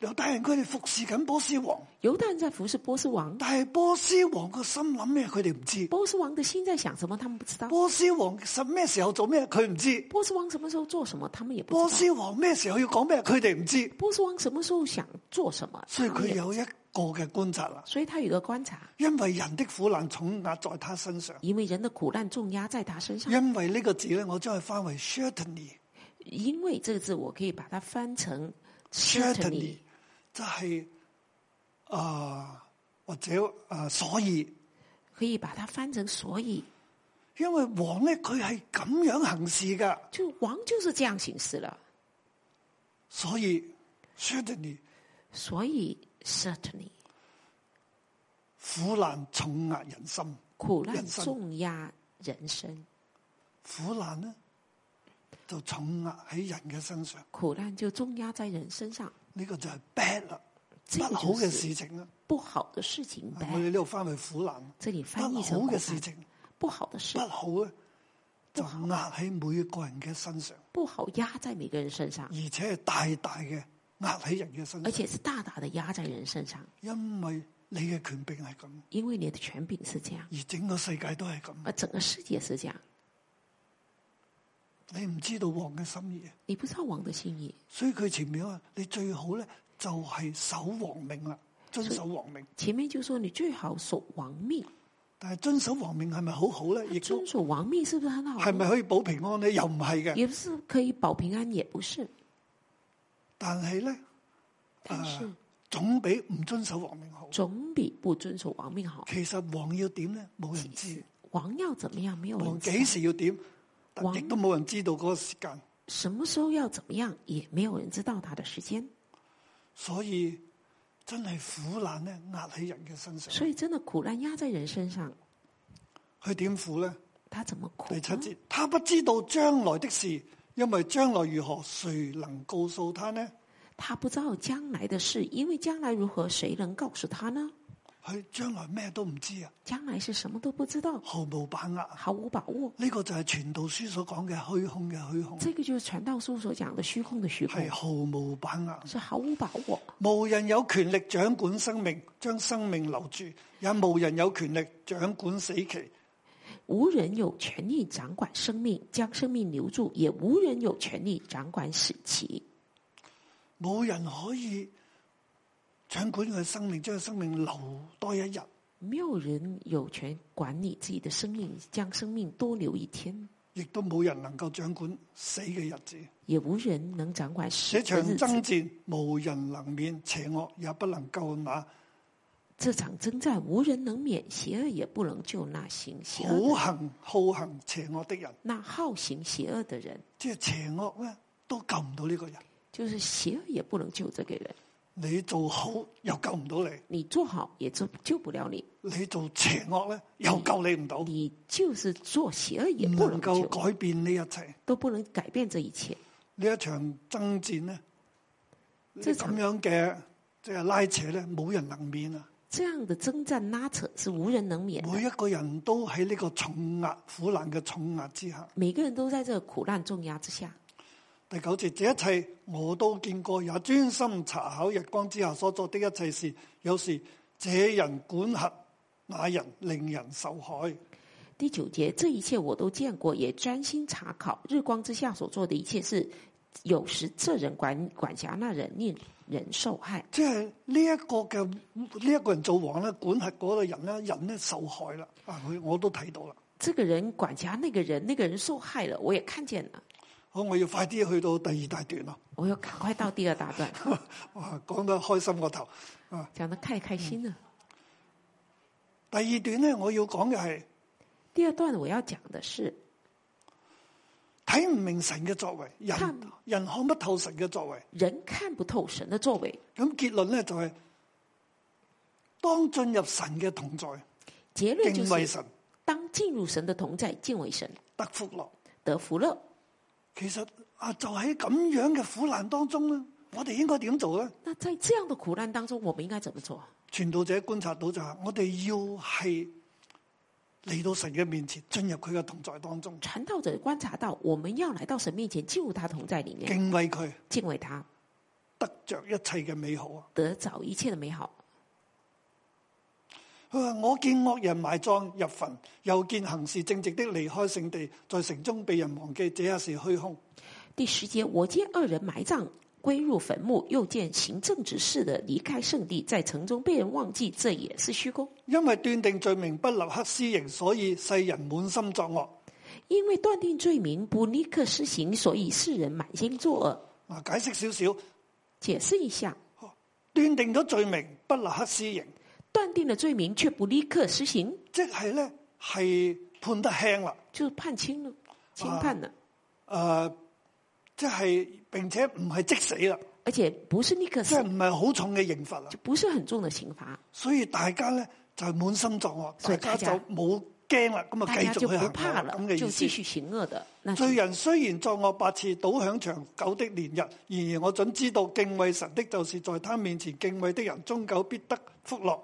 S2: 猶太人佢哋服侍緊波斯王，
S3: 犹大人在服侍波斯王，
S2: 但係波斯王個心諗咩，佢哋唔知。
S3: 波斯王的心在想什么，他们不知道。
S2: 波斯王什咩時候做咩，佢唔知。
S3: 波斯王什么时候做什么，他们也不
S2: 波
S3: 知道。
S2: 斯王咩時候要講咩，佢哋唔知。
S3: 波斯王什么时候想做什么，
S2: 所以
S3: 他们
S2: 佢
S3: 也
S2: 有一個嘅觀察啦，
S3: 所以他有个观察，
S2: 因為人的苦難重壓在他身上。
S3: 因为人的苦难重压在他身上。
S2: 因為呢個字咧，我將佢翻為 certainly
S3: 因为这个字，我可以把它翻成
S2: certainly，
S3: certainly，
S2: 就係啊、或者啊、所以，
S3: 可以把它翻成所以。
S2: 因為王咧佢係咁樣行事噶，
S3: 就王就是这样行事了，
S2: 所以 certainly
S3: 所以 certainly
S2: 苦難重壓人心，
S3: 苦难
S2: 人生
S3: 重压人生，
S2: 苦難呢就重壓喺人嘅身上，
S3: 苦难就重压在人身上，
S2: 呢、個就係 bad 啦，
S3: 这个
S2: 不好
S3: 就
S2: 嘅
S3: 是
S2: 事情啦。
S3: 不好的事情
S2: 啊我哋
S3: 呗。
S2: 呢度翻為苦難，
S3: 这里
S2: 不
S3: 翻译
S2: 好
S3: 成苦
S2: 嘅事
S3: 难，
S2: 情，
S3: 不好的事
S2: 不，好咧就壓喺每一個人嘅身上。
S3: 不好压在每个人身上，
S2: 而且係大大嘅壓喺人嘅身
S3: 而
S2: 上，
S3: 且是大大的压在人身上，
S2: 因為你嘅權柄係咁，
S3: 因为你的权柄是这样，
S2: 而整個世界都係咁。
S3: 而整个世界是这样。
S2: 你唔知道王嘅心意，
S3: 你不知道王的心意，
S2: 所以佢前面話：你最好咧就係守王命啦，遵守王命。
S3: 前面就说你最好守王命，
S2: 嗯但係遵守王命係咪好好咧？亦都
S3: 遵守王命是不是很好
S2: 係
S3: 呢？
S2: 咪可以保平安咧？又唔係嘅。
S3: 也不是可以保平安，也不
S2: 啊
S3: 是，
S2: 但係咧，
S3: 但是
S2: 總比唔遵守王命好。
S3: 总比不遵守王命好。
S2: 其實王要點咧，冇人知；
S3: 王要怎么样，没有
S2: 王
S3: 人知
S2: 幾時要點，但
S3: 王
S2: 亦都冇人知道嗰個時間。
S3: 什么时候要怎么样，也没有人知道他的时间。
S2: 所以真係苦難咧壓喺人嘅身上。
S3: 所以真的苦难压在人身上，
S2: 佢點苦呢？
S3: 他怎么苦
S2: 第
S3: 呢？
S2: 七節，他不知道將來的事，因為將來如何，誰能告訴他呢？
S3: 他不知道将来的事，因为将来如何，谁能告诉他呢？
S2: 佢將來咩都唔知啊，
S3: 将来是什么都不知道，
S2: 毫無把握啊。
S3: 毫无把握。
S2: 呢、個就係傳道書所講嘅虛空嘅虛空，
S3: 这个就是传道书所讲的虚空的虚空
S2: 係，毫無把握。
S3: 是毫无把握。
S2: 無人有權力掌管生命，將生命留住；也無人有權力掌管死期。
S3: 无人有权利掌管生命，将生命留住；也无人有权利掌管死期，
S2: 冇人可以掌管佢嘅生命，將佢生命留多一日。
S3: 没有人有权管理自己的生命，将生命多留一天，
S2: 亦都冇人能夠掌管死嘅日子。
S3: 也无人能掌管死
S2: 這
S3: 的
S2: 場
S3: 日
S2: 爭
S3: 子。
S2: 戰無人能免，邪惡也不能救那
S3: 这场征战，无人能免，邪恶也不能救那行邪恶的
S2: 好
S3: 人
S2: 行好行邪惡的人。
S3: 那好行邪恶的人，
S2: 即係邪惡咧，都救唔到呢個人。
S3: 就是邪恶也不能救这个人。
S2: 你做好又救唔到你，
S3: 你做好也救救不了你，
S2: 你做邪惡咧又救你唔到，唔
S3: 你就是做邪恶也不
S2: 能
S3: 能
S2: 夠
S3: 救，
S2: 改變呢一切。
S3: 都不能改变这一切。
S2: 呢一場爭戰呢，呢
S3: 這
S2: 咁
S3: 場
S2: 樣嘅即係拉扯咧，冇人能免啊！
S3: 这样的征战拉扯是无人能免的。
S2: 每一個人都喺呢個重壓苦難嘅重壓之下。
S3: 每个人都在这个苦难重压之下。
S2: 第九節，這一切我都見過，也專心查考日光之下所作的一切事。有時這人管轄那人，令人受害。
S3: 第九节，这一切我都见过，也专心查考日光之下所做的一切事。有时这人管管辖那人，令人受害。
S2: 即係呢一個嘅呢一個人做王咧，管轄嗰個人咧，人咧受害啦。啊，佢我都睇到啦。
S3: 这个人管辖那个人，那个人受害了，我也看见了。
S2: 好，我要快啲去到第二大段啦。
S3: 我要赶快到第二 大段，
S2: 哇，講得開心過頭。
S3: 讲的太开心啊
S2: 嗯
S3: 了。
S2: 第二段咧，我要講嘅係
S3: 第二段我要讲的是，
S2: 睇唔明神嘅作為，人
S3: 看
S2: 人看不透神嘅作為。
S3: 人看不透神的作为，
S2: 咁結論咧就係、當進入神嘅同在，
S3: 结论就
S2: 敬畏
S3: 是：
S2: 神
S3: 当进入神的同在，敬畏神，
S2: 得福樂。
S3: 得福乐。
S2: 其實啊，就喺咁樣嘅苦難當中咧，我哋應該點做咧？
S3: 那在这样的苦难当中，我们应该怎么做？
S2: 傳道者觀察到就係、我哋要係嚟到神嘅面前，進入佢嘅同在當中，
S3: 传道者观察到，我们要来到神面前，进入他同在里面，
S2: 敬畏佢，
S3: 敬畏他，
S2: 得着一切嘅美好啊！
S3: 得着一切的美好。
S2: 佢話：我見惡人埋葬入墳，又見行事正直的離開聖地，在城中被人忘記，這也是虛空。
S3: 第十节，我见二人埋葬，归入坟墓；又见行政之事的离开圣地，在城中被人忘记，这也是虚空。
S2: 因為斷定罪名不立刻施刑，所以世人滿心作惡。
S3: 因为断定罪名不立刻施行，所以世人满心作恶。
S2: 嗱，啊解釋少少，
S3: 解释一下，
S2: 斷定咗罪名不立刻施刑，
S3: 断定了罪名却不立刻施行，
S2: 即係咧係判得輕啦，
S3: 就判轻了，轻判了，
S2: 诶、即係並且唔係即死啦，
S3: 而且不是立刻
S2: 即
S3: 死
S2: 係，唔係好重嘅刑罰啦
S3: 就。不是很重的刑罚，
S2: 所以大家咧就係滿心作
S3: 所以
S2: 惡，
S3: 大
S2: 大
S3: 家
S2: 家就冇驚啦，咁啊
S3: 大
S2: 繼
S3: 家
S2: 續
S3: 就
S2: 去
S3: 不
S2: 行惡
S3: 怕了
S2: 咁，嘅
S3: 就
S2: 意思。
S3: 继续行恶的。那
S2: 罪
S3: 是
S2: 人雖然作惡八次，倒響長久的年日，然而我準知道敬畏神的，就是在他面前敬畏的人，終久必得福樂。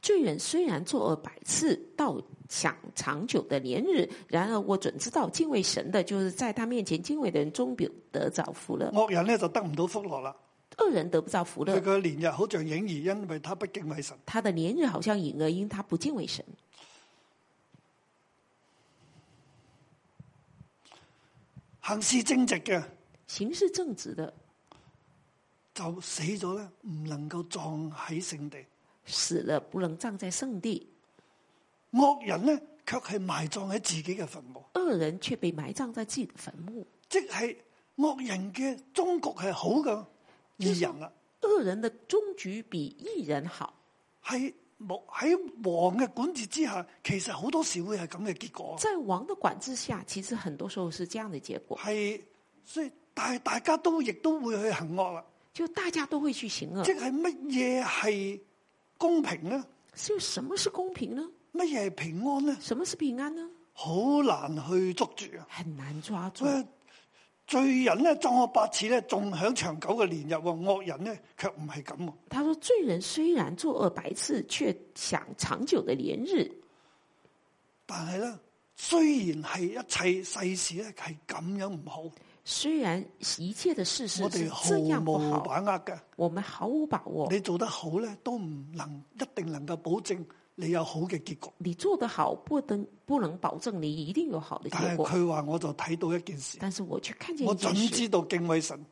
S3: 罪人虽然作恶百次，到享长久的年日，然而我准知道敬畏神的，就是在他面前敬畏的人，终必得着福乐。
S2: 惡人咧就得唔到福樂啦，
S3: 恶人得不着福
S2: 佢
S3: 乐，
S2: 嘅年日好像影兒，因為他不敬畏神。
S3: 他的年日好像影儿，因他不敬畏神。
S2: 行事正直嘅
S3: 行事正直的
S2: 就死咗咧，唔能夠葬喺聖地；
S3: 死了不能葬在圣地，
S2: 惡人呢，卻係埋葬喺自己嘅墳墓，
S3: 恶人却被埋葬在自己的坟墓。
S2: 即係惡人嘅終局係好嘅，義人啊啦，
S3: 恶人的终局比异人好，
S2: 係冇喺王嘅管治之下，其實好多時會係咁嘅結果，
S3: 在王的管制下，其实很多时候是这样的结果，
S2: 係所以但係大家都亦都會去行惡啦，
S3: 就大家都会去行恶
S2: 即。係乜嘢係公平呢？
S3: 就什么是公平呢？
S2: 乜嘢係平安呢？
S3: 什么是平安呢？
S2: 好難去捉住啊！
S3: 很难抓住
S2: 所。以罪人咧作惡八次咧，仲享長久嘅年日喎；惡人咧卻唔係咁喎。
S3: 他说：“罪人虽然作恶百次，却享长久的连日。
S2: 但係咧，雖然係一切世事咧係咁樣唔好，
S3: 虽然一切的事实
S2: 我
S3: 是
S2: 哋毫
S3: 这样不
S2: 無
S3: 好，
S2: 把握嘅。
S3: 我们毫无把握。
S2: 你做得好咧，都唔能一定能夠保證你有好嘅結果。
S3: 你做得好，不能不能保证你一定有好的
S2: 但
S3: 结
S2: 係
S3: 果。
S2: 佢話我就睇到一件事，
S3: 但是我却看见
S2: 哎
S3: 一
S2: 我
S3: 件
S2: 準
S3: 事，
S2: 知道敬畏神，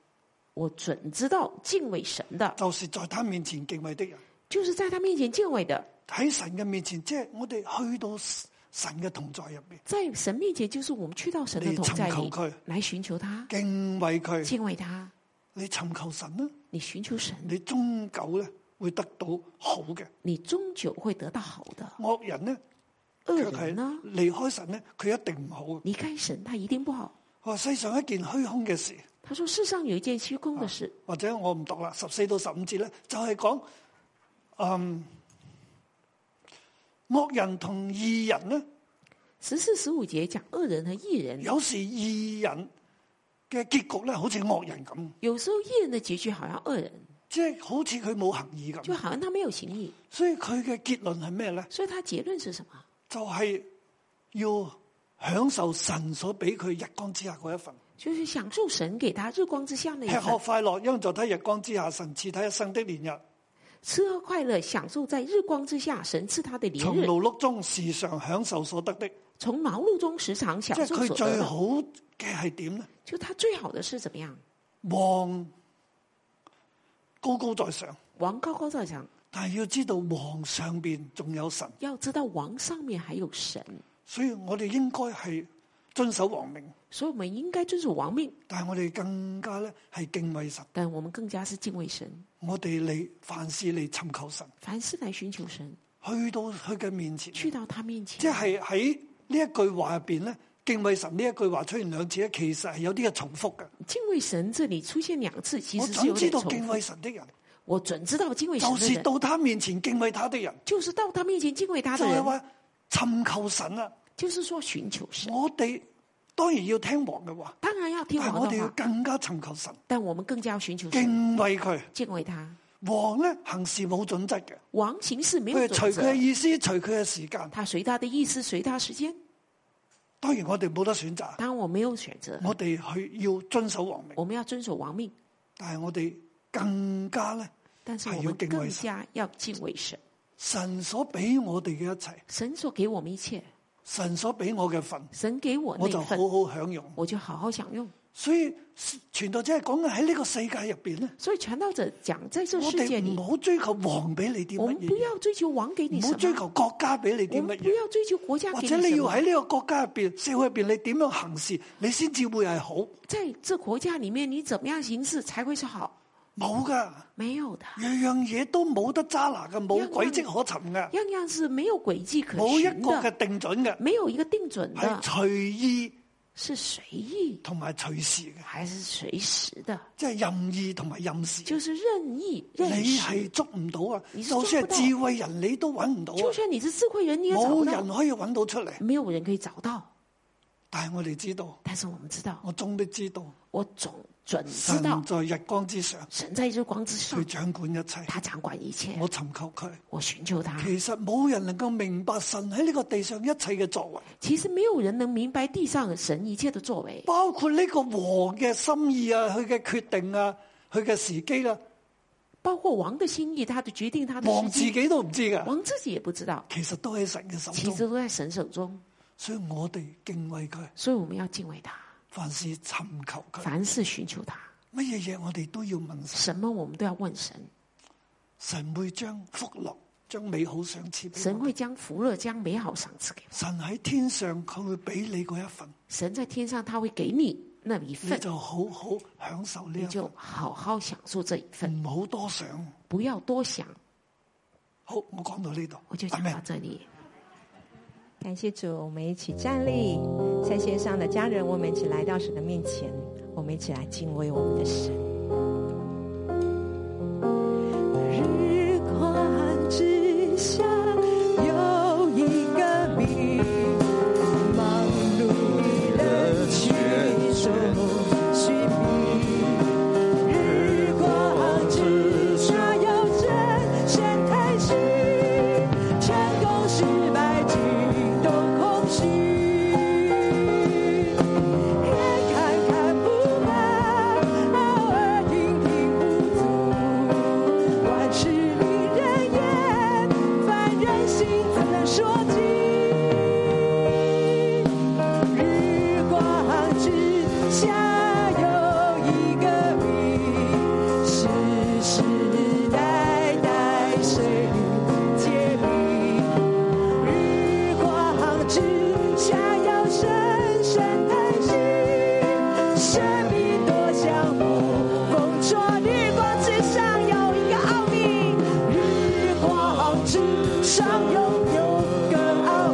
S3: 我准知道敬畏神的，
S2: 就是在他面前敬畏的人。
S3: 就是在他面前敬畏的，
S2: 喺神嘅面前，即係我哋去到神嘅同在入面，
S3: 在神面前，就是我们去到神的
S2: 你
S3: 同在
S2: 尋求
S3: 里，
S2: 佢，
S3: 来寻求他，
S2: 敬畏佢，
S3: 敬畏他，
S2: 你尋求神啦。
S3: 你寻求神，
S2: 你終究咧會得到好嘅。
S3: 你终究会得到好的。
S2: 惡人咧，
S3: 恶
S2: 卻
S3: 人
S2: 係
S3: 啊呢，
S2: 離開神咧，佢一定唔好嘅。
S3: 离开神他一定不好。
S2: 話世上一件虛空嘅事，
S3: 他说：“世上有一件虚空的事，
S2: 或者我唔讀啦，十四到十五節咧，就係講，嗯，惡人同義人咧，
S3: 十四、十五节讲恶人和异人。
S2: 有時義人嘅結局咧，好似惡人咁，
S3: 有时候异人的结局好像恶人，
S2: 即係好似佢冇行義
S3: 就
S2: 咁。
S3: 好像他没有行义。
S2: 所以佢嘅結論係咩咧？
S3: 所以他结论是什么？
S2: 就係、要享受神所俾佢日光之下嗰一份。
S3: 就是享受神给他日光之下那一
S2: 吃喝
S3: 份，
S2: 快樂，因為在他日光之下，神賜他一生的年日。
S3: 吃喝快乐，享受在日光之下神赐他的连
S2: 從
S3: 日，
S2: 勞碌中時常享受所得的，即
S3: 从劳碌中时常享
S2: 係
S3: 受
S2: 佢
S3: 所得
S2: 最
S3: 的。
S2: 好嘅係點呢？
S3: 就他最好的是怎么样？
S2: 王高高在上，
S3: 王高高在上，
S2: 但係要知道王上邊仲有神，
S3: 要知道王上面还有神，
S2: 所以我哋應該係遵守王命，
S3: 所以我们应该遵守王命，
S2: 但係我哋更加咧係敬畏神，
S3: 但我们更加是敬畏神，
S2: 我哋嚟凡事嚟尋求神，
S3: 凡事来寻求
S2: 嗯
S3: 神，
S2: 去到佢嘅面前，
S3: 去到他面前。
S2: 即係喺呢一句話入邊咧，敬畏神呢一句話出現兩次咧，其實係有啲嘅重複嘅。
S3: 敬畏神这里出现两次，其
S2: 我
S3: 实是有
S2: 準知
S3: 点
S2: 道
S3: 重
S2: 敬
S3: 复。
S2: 畏神的人，
S3: 我准知道敬畏神
S2: 就
S3: 的
S2: 是
S3: 人，
S2: 到他面前敬畏他的人，
S3: 就是到他面前敬畏他
S2: 就
S3: 的
S2: 係
S3: 人，
S2: 話尋求神啊！
S3: 就是说寻求神。
S2: 我哋當然要聽王嘅話，
S3: 当然要听
S2: 但係
S3: 王
S2: 我哋
S3: 的
S2: 要
S3: 话，
S2: 更加尋求神，
S3: 但我们更加要寻求神，
S2: 敬畏佢。
S3: 敬畏他。
S2: 王咧行事冇準則嘅，
S3: 王行事没有
S2: 佢係隨
S3: 准
S2: 佢嘅
S3: 则，
S2: 意思，隨佢嘅時間。
S3: 他随他的意思，随他时间。
S2: 當然我哋冇得選擇，
S3: 当然我没有选择，
S2: 我哋去要遵守王命，
S3: 我们要遵守王命，
S2: 但係我哋更加咧，
S3: 但是
S2: 还
S3: 我
S2: 有
S3: 们
S2: 敬畏
S3: 更
S2: 神
S3: 加要敬畏神。
S2: 神所俾我哋嘅一切，
S3: 神所给我们一切，
S2: 神所俾我嘅份，
S3: 神给我
S2: 我就
S3: 那份，
S2: 好好享用。
S3: 我就好好享用。
S2: 所以傳道者係講緊喺呢個世界入邊咧。
S3: 所以传道者讲，在这
S2: 我
S3: 世界
S2: 哋
S3: 里
S2: 唔，好追求王俾你啲
S3: 我
S2: 乜
S3: 们不
S2: 嘢，
S3: 要追求王给你
S2: 唔
S3: 什
S2: 好
S3: 么，
S2: 追求國家俾你
S3: 我啊
S2: 啲乜
S3: 们不
S2: 嘢，
S3: 要追求国家
S2: 或
S3: 给
S2: 者你
S3: 什
S2: 要
S3: 么。
S2: 喺呢個國家入边、社會入边，你點樣行事，你先至會係好。
S3: 在这国家里面，你怎么样行事才会是好？
S2: 冇噶，
S3: 没 有的，
S2: 樣樣嘢都冇得揸拿嘅，冇
S3: 樣
S2: 軌
S3: 樣
S2: 跡可尋嘅，
S3: 样样是没有轨迹可
S2: 冇一
S3: 循
S2: 個嘅
S3: 的，
S2: 定準嘅，
S3: 没有一个定准
S2: 係
S3: 的，
S2: 隨意
S3: 是随意
S2: 同埋隨時嘅，
S3: 还是随时的，
S2: 即係任意同埋任時。
S3: 就是任意任
S2: 你
S3: 时
S2: 係。捉唔到啊！
S3: 你是
S2: 就算
S3: 捉不到
S2: 係智慧人，你都揾唔到
S3: 就
S2: 啊！
S3: 算你是智慧人，你也找不
S2: 冇
S3: 到
S2: 人，啊可以揾到出嚟。
S3: 没有人可以找到。
S2: 但係我哋知道，
S3: 但是我们知道，
S2: 我終都知道，
S3: 我总准知
S2: 神
S3: 道，嗯
S2: 在日光之上。
S3: 神在日光之
S2: 佢
S3: 上，
S2: 掌管一切，
S3: 他掌管一切。
S2: 我尋求佢。
S3: 我寻求他，
S2: 其實冇人能夠明白神喺呢個地上一切嘅作為，
S3: 其实没有人能明白地上神一切的作为，
S2: 包括呢個王嘅心意啊，佢嘅決定啊，佢嘅時機啦、
S3: 包括王的心意，他的决定，他的
S2: 王
S3: 时
S2: 自
S3: 机，
S2: 己都唔知噶。
S3: 王自己也不知道。
S2: 其實都喺神嘅手
S3: 嗯其实
S2: 中，
S3: 都在神手中，
S2: 所以我哋敬畏佢，
S3: 所以我们要敬畏他，
S2: 凡事尋求佢，
S3: 凡事寻求他，
S2: 乜嘢嘢我哋都要問神，
S3: 什么我们都要问神，
S2: 神會將福樂、將美好賞賜俾
S3: 神
S2: 我哋。
S3: 会将福乐、将美好赏赐给我。
S2: 神喺天上，佢會俾你嗰一份，
S3: 神在天上，他会给你那一
S2: 你
S3: 份，
S2: 就好好享受呢
S3: 你
S2: 一
S3: 就
S2: 份，
S3: 好好享受这一份，
S2: 唔好多想。
S3: 不要多想。
S2: 好，我講到呢度，
S3: 我就
S2: 阿
S3: 讲
S2: 明
S3: 到。这里。
S4: 感谢主，我们一起站立，在线上的家人，我们一起来到神的面前，我们一起来敬畏我们的神。日光之下有一个你，忙碌的群众寻觅。日光之下有真神叹息，成功失败尽都空虚。眼看看不满，偶尔听听不足。万事令人言，凡人心怎能说尽？日光之下有一个你，世世代代谁接力？日光之下要深深叹息，生命多像捕风捉日光之上有一个奥秘，日光之上拥有更奥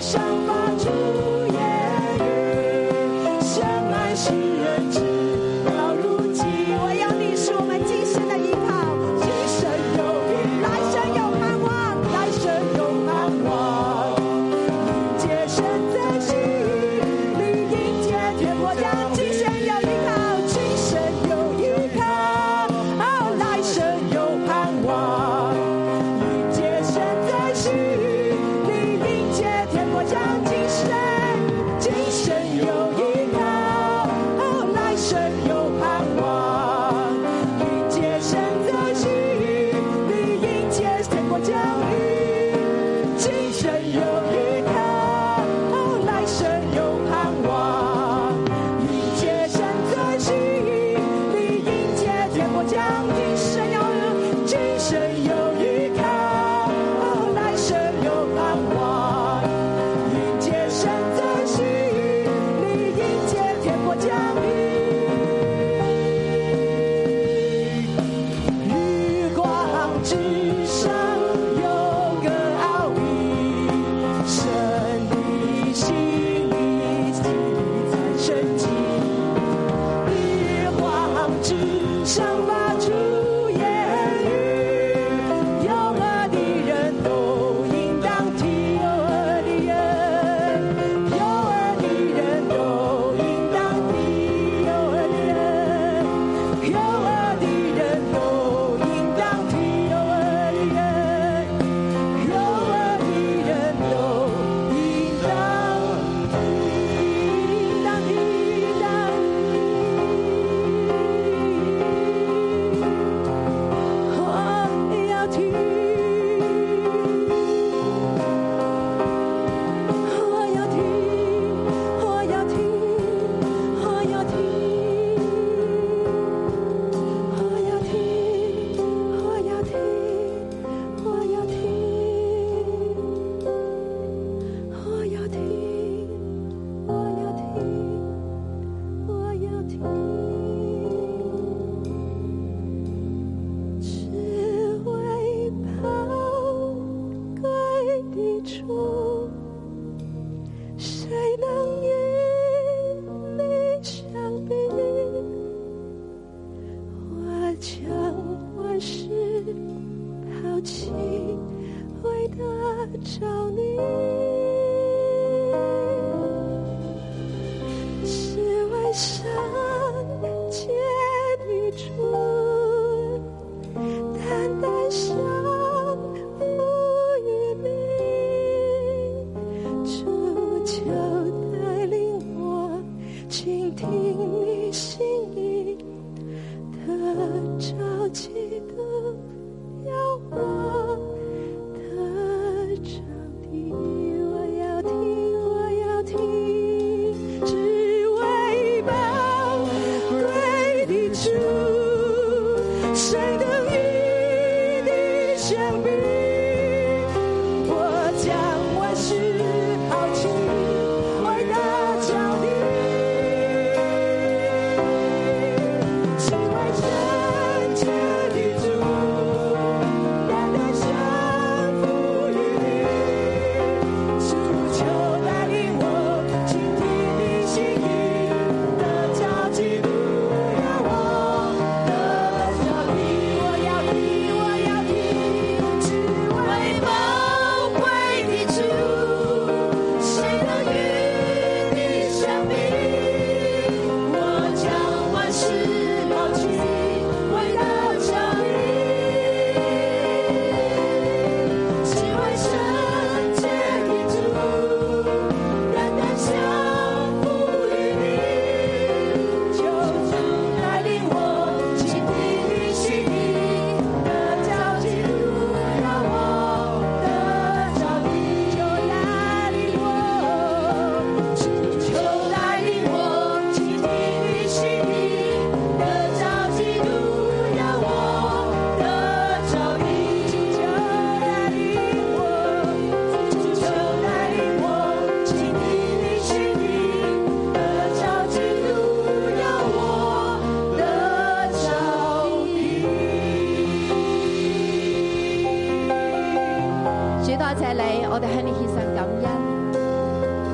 S4: 相伴主耶稣，相爱世人直到如今。我要你是我们今生的依靠，今生有你，来生有盼望，来生有盼望。接神的心，绿荫接天国家，今生有依靠，今生有依靠，哦来生有盼望。迎接神的心，绿荫哦接天国家，今生今生有依靠，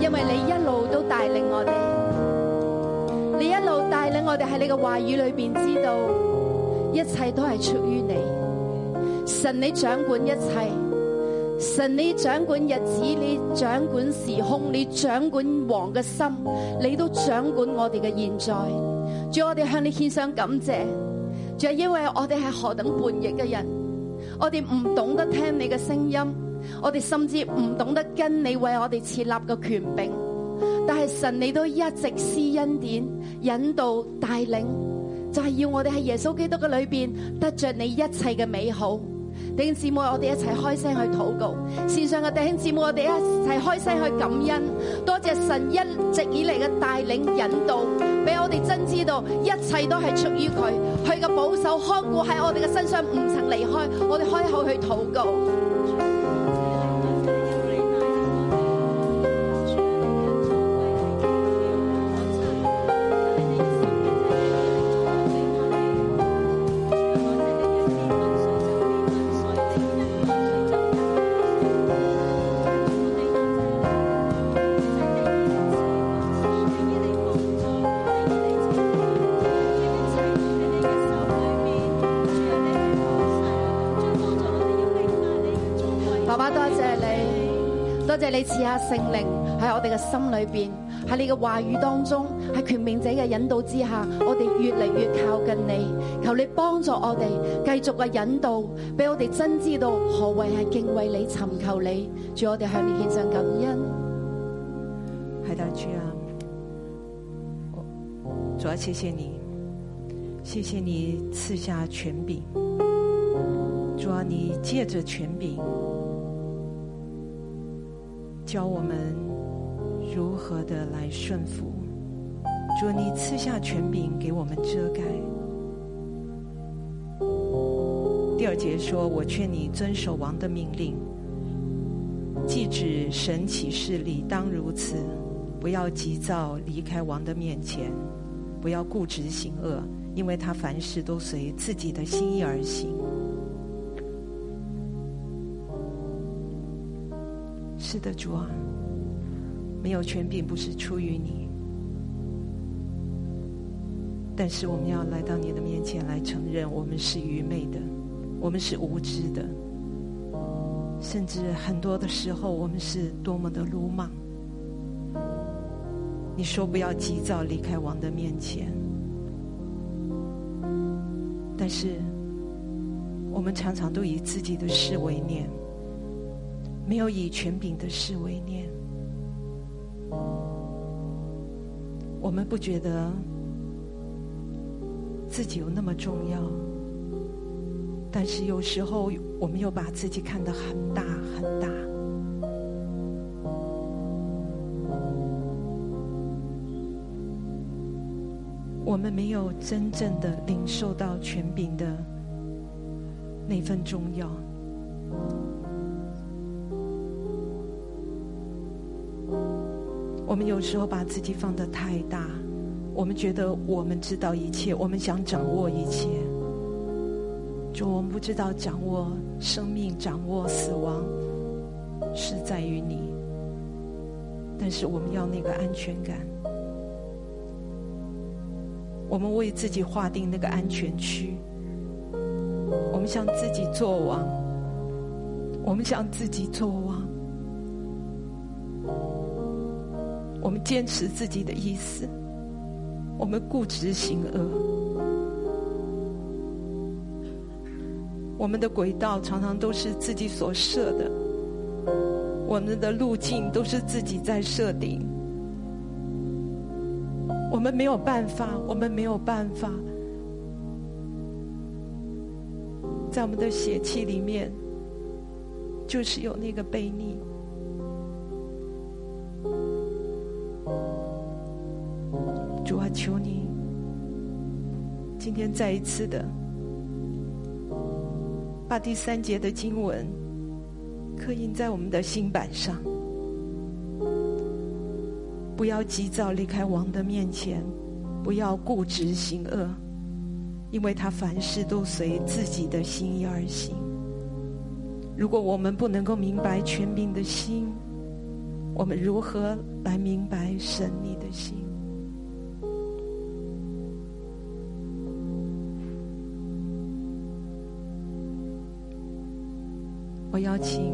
S4: 因为你一路都带领我哋，你一路带领我哋喺你嘅话语里边知道，一切都系出于你。神你掌管一切，神你掌管日子，你掌管时空，你掌管王嘅心，你都掌管我哋嘅现在。主，我哋向你献上感谢。主，因为我哋系何等叛逆嘅人，我哋唔懂得听你嘅声音，我哋甚至唔懂得跟你为我哋设立嘅权柄。但系神你都一直施恩典、引导、带领，就系、要我哋喺耶稣基督嘅里边得着你一切嘅美好。弟兄姊妹，我哋一齐开声去祷告。线上嘅弟兄姊妹，我哋一齐开声去感恩，多谢神一直以嚟嘅带领引导，俾我哋真知道一切都系出于佢，佢嘅保守看顾喺我哋嘅身上唔曾离开。我哋开口去祷告。爸爸多謝你，多謝你賜下聖靈喺我哋嘅心裏邊，喺你嘅話語當中，喺權柄者嘅引導之下，我哋越嚟越靠近你。求你幫助我哋繼續嘅引導，俾我哋真知道何謂係敬畏你、尋求你。主，我哋向你獻上感恩。
S5: 海大主啊，主啊要谢谢你，谢谢你赐下权柄，主啊，你借着权柄教我们如何的来顺服，主啊，你赐下权柄给我们遮盖。第二节说：“我劝你遵守王的命令，既指神启示理当如此，不要急躁离开王的面前，不要固执行恶，因为他凡事都随自己的心意而行。是的，主啊，没有权柄不是出于你，但是我们要来到你的面前来承认我们是愚昧的，我们是无知的。甚至很多的时候，我们是多么的鲁莽。你说不要急躁离开王的面前，但是我们常常都以自己的事为念，没有以权柄的事为念。我们不觉得自己有那么重要，但是有时候我们又把自己看得很大很大。我们没有真正的领受到权柄的那份重要。我们有时候把自己放得太大，我们觉得我们知道一切，我们想掌握一切。主，我们不知道掌握生命、掌握死亡是在于你，但是我们要那个安全感。我们为自己划定那个安全区，我们向自己做王，我们向自己做王，我们坚持自己的意思，我们固执行恶。我们的轨道常常都是自己所设的，我们的路径都是自己在设定。我们没有办法，我们没有办法，在我们的血气里面，就是有那个悖逆。主啊，求你今天再一次的。把第三节的经文刻印在我们的心板上。不要急躁离开王的面前，不要固执行恶，因为他凡事都随自己的心意而行。如果我们不能够明白权柄的心，
S6: 我们如何来明白神你的心？我邀请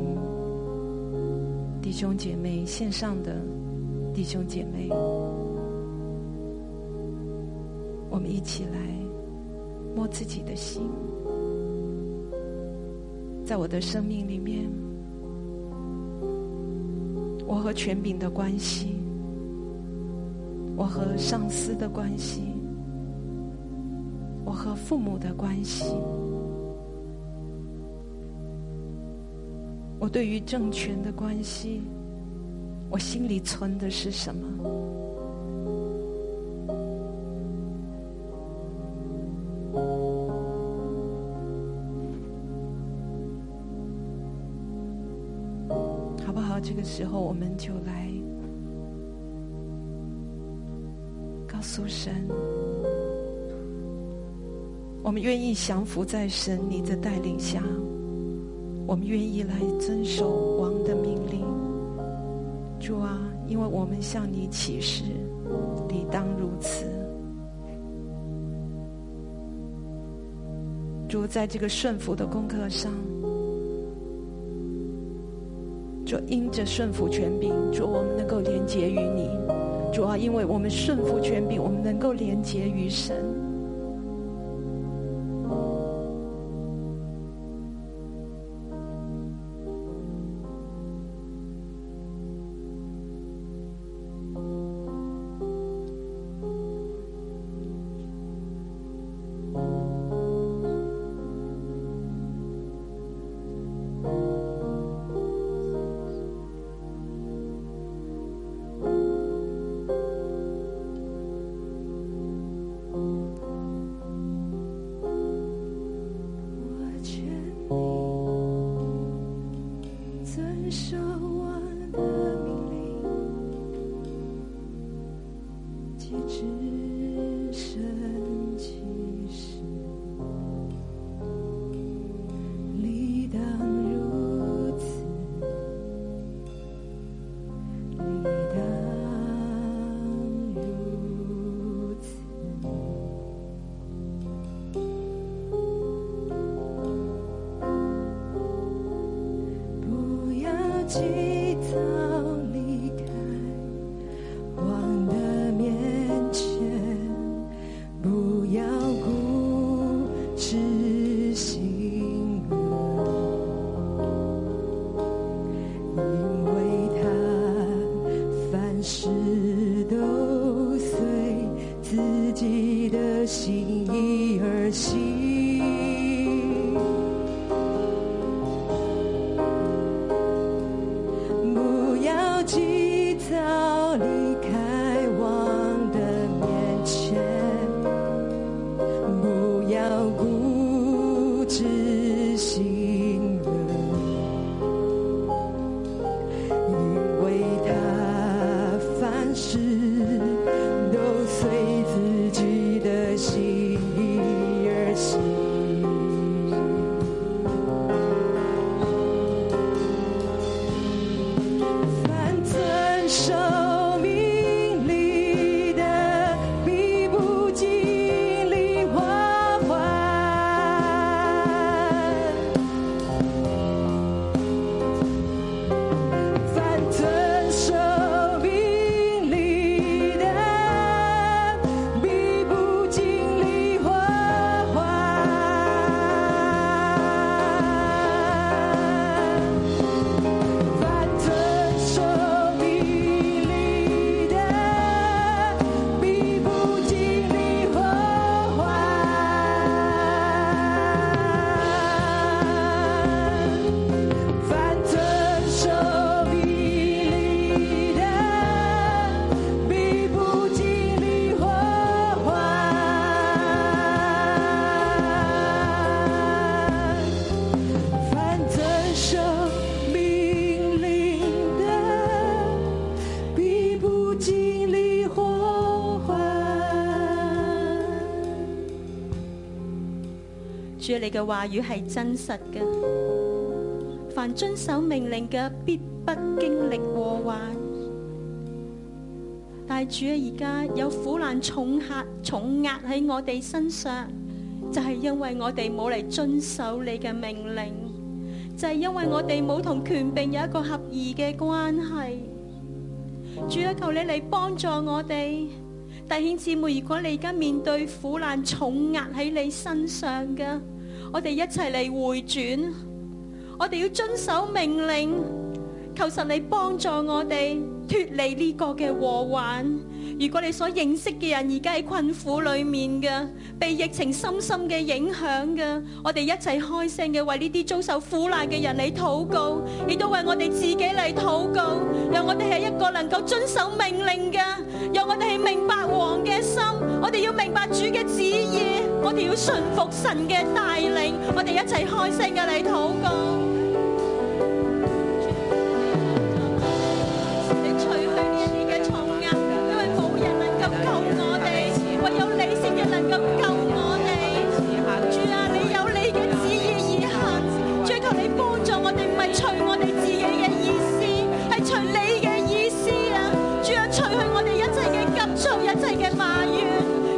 S6: 弟兄姐妹，线上的弟兄姐妹，我们一起来摸自己的心，在我的生命里面，我和权柄的关系，我和上司的关系，我和父母的关系。我对于政权的关系，我心里存的是什么？好不好？这个时候，我们就来告诉神，我们愿意降服在神你的带领下。我们愿意来遵守王的命令。主啊，因为我们向你起誓，理当如此。主，在这个顺服的功课上，主因着顺服权柄，主我们能够连结于你。主啊，因为我们顺服权柄，我们能够连结于神。
S5: 我劝你遵守我的命令，即至神其事，理当如此，理当如此。不要急躁离开王的面前，不要固执心软，因为他凡事都随自己的心意而行。不要急躁离开王的面前，不要固执心软，因为他凡事都随自己的心意而行。凡遵守命令的，必不经历花环；凡遵守命令的，必不经历花环。凡遵守命令的，必不经历祸患；凡遵守命令的，必不经历祸患。凡遵守命令的，必不经历祸患。
S7: 主你嘅话语系真实嘅，凡遵守命令嘅，必不经历祸患。
S4: 但系主啊，而家有苦難重壓重壓喺我哋身上，就係因為我哋冇嚟遵守你嘅命令，就係因為我哋冇同權柄有一個合宜嘅關係。主啊，求你嚟幫助我哋。弟兄姊妹，如果你而家面對苦難重壓喺你身上嘅，我哋一齊嚟回轉，我哋要遵守命令。求神你帮助我哋脱离呢个嘅祸患。如果你所认识嘅人而家喺困苦里面嘅，被疫情深深嘅影响嘅，我哋一齐开声嘅为呢啲遭受苦难嘅人嚟祷告，亦都为我哋自己嚟祷告，让我哋系一个能够遵守命令嘅，让我哋系明白王嘅心，我哋要明白主嘅旨意，我哋要顺服神嘅带领，我哋一齐开声嘅嚟祷告。啊你除去呢一啲嘅重壓，因為冇人能夠救我哋，唯有你先至能夠救我哋。主啊，你有你嘅旨意而行，追求你幫助我哋，唔係隨我哋自己嘅意思，係隨你嘅意思啊！主啊，除去我哋一切嘅急躁，一切嘅埋怨，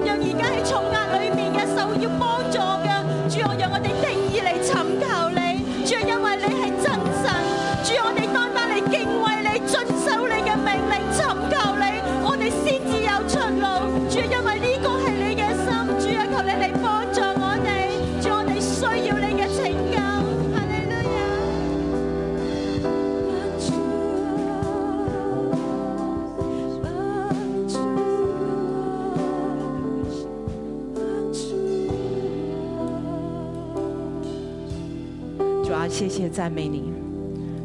S4: 讓而家喺重壓裏面嘅受要幫助嘅，主啊，讓我哋定義嚟尋求你，主啊，因為你係真神，主啊，我哋單單嚟敬畏你，遵守你嘅命令，尋求你，我哋先至有出路。主啊，因為呢個係你嘅心，主啊，求你嚟幫助我哋，主啊，我哋需要你嘅拯救，哈利路亞。
S5: 主啊，谢谢赞美你。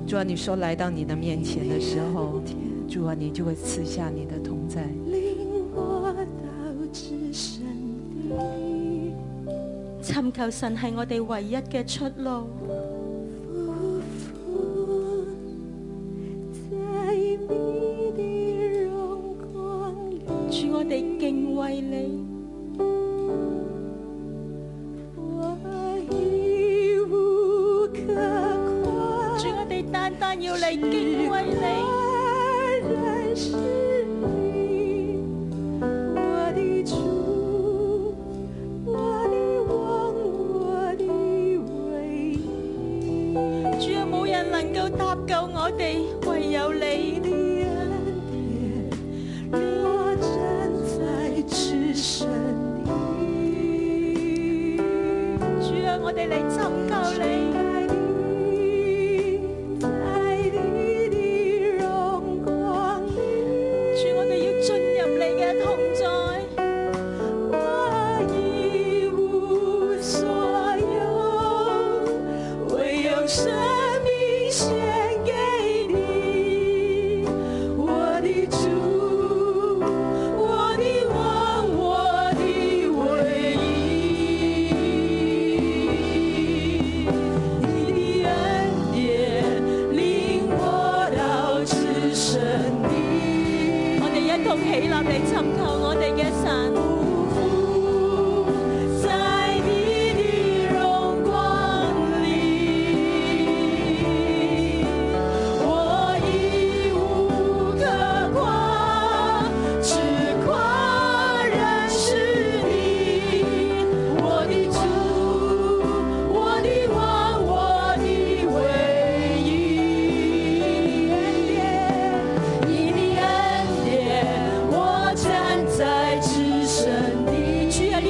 S5: 主啊，你说来到你的面前的时候，主啊，你就会赐下你的同在。
S4: 寻求神系我哋唯一嘅出路。主，我哋敬畏你。主，我哋单单要嚟敬畏你。主啊，冇人能够搭救我哋，唯有你。主啊，我哋嚟寻求你。主，我哋要进入你嘅同在。我哋一同起立嚟尋求我哋嘅神。
S8: 因你恩典，我站在至圣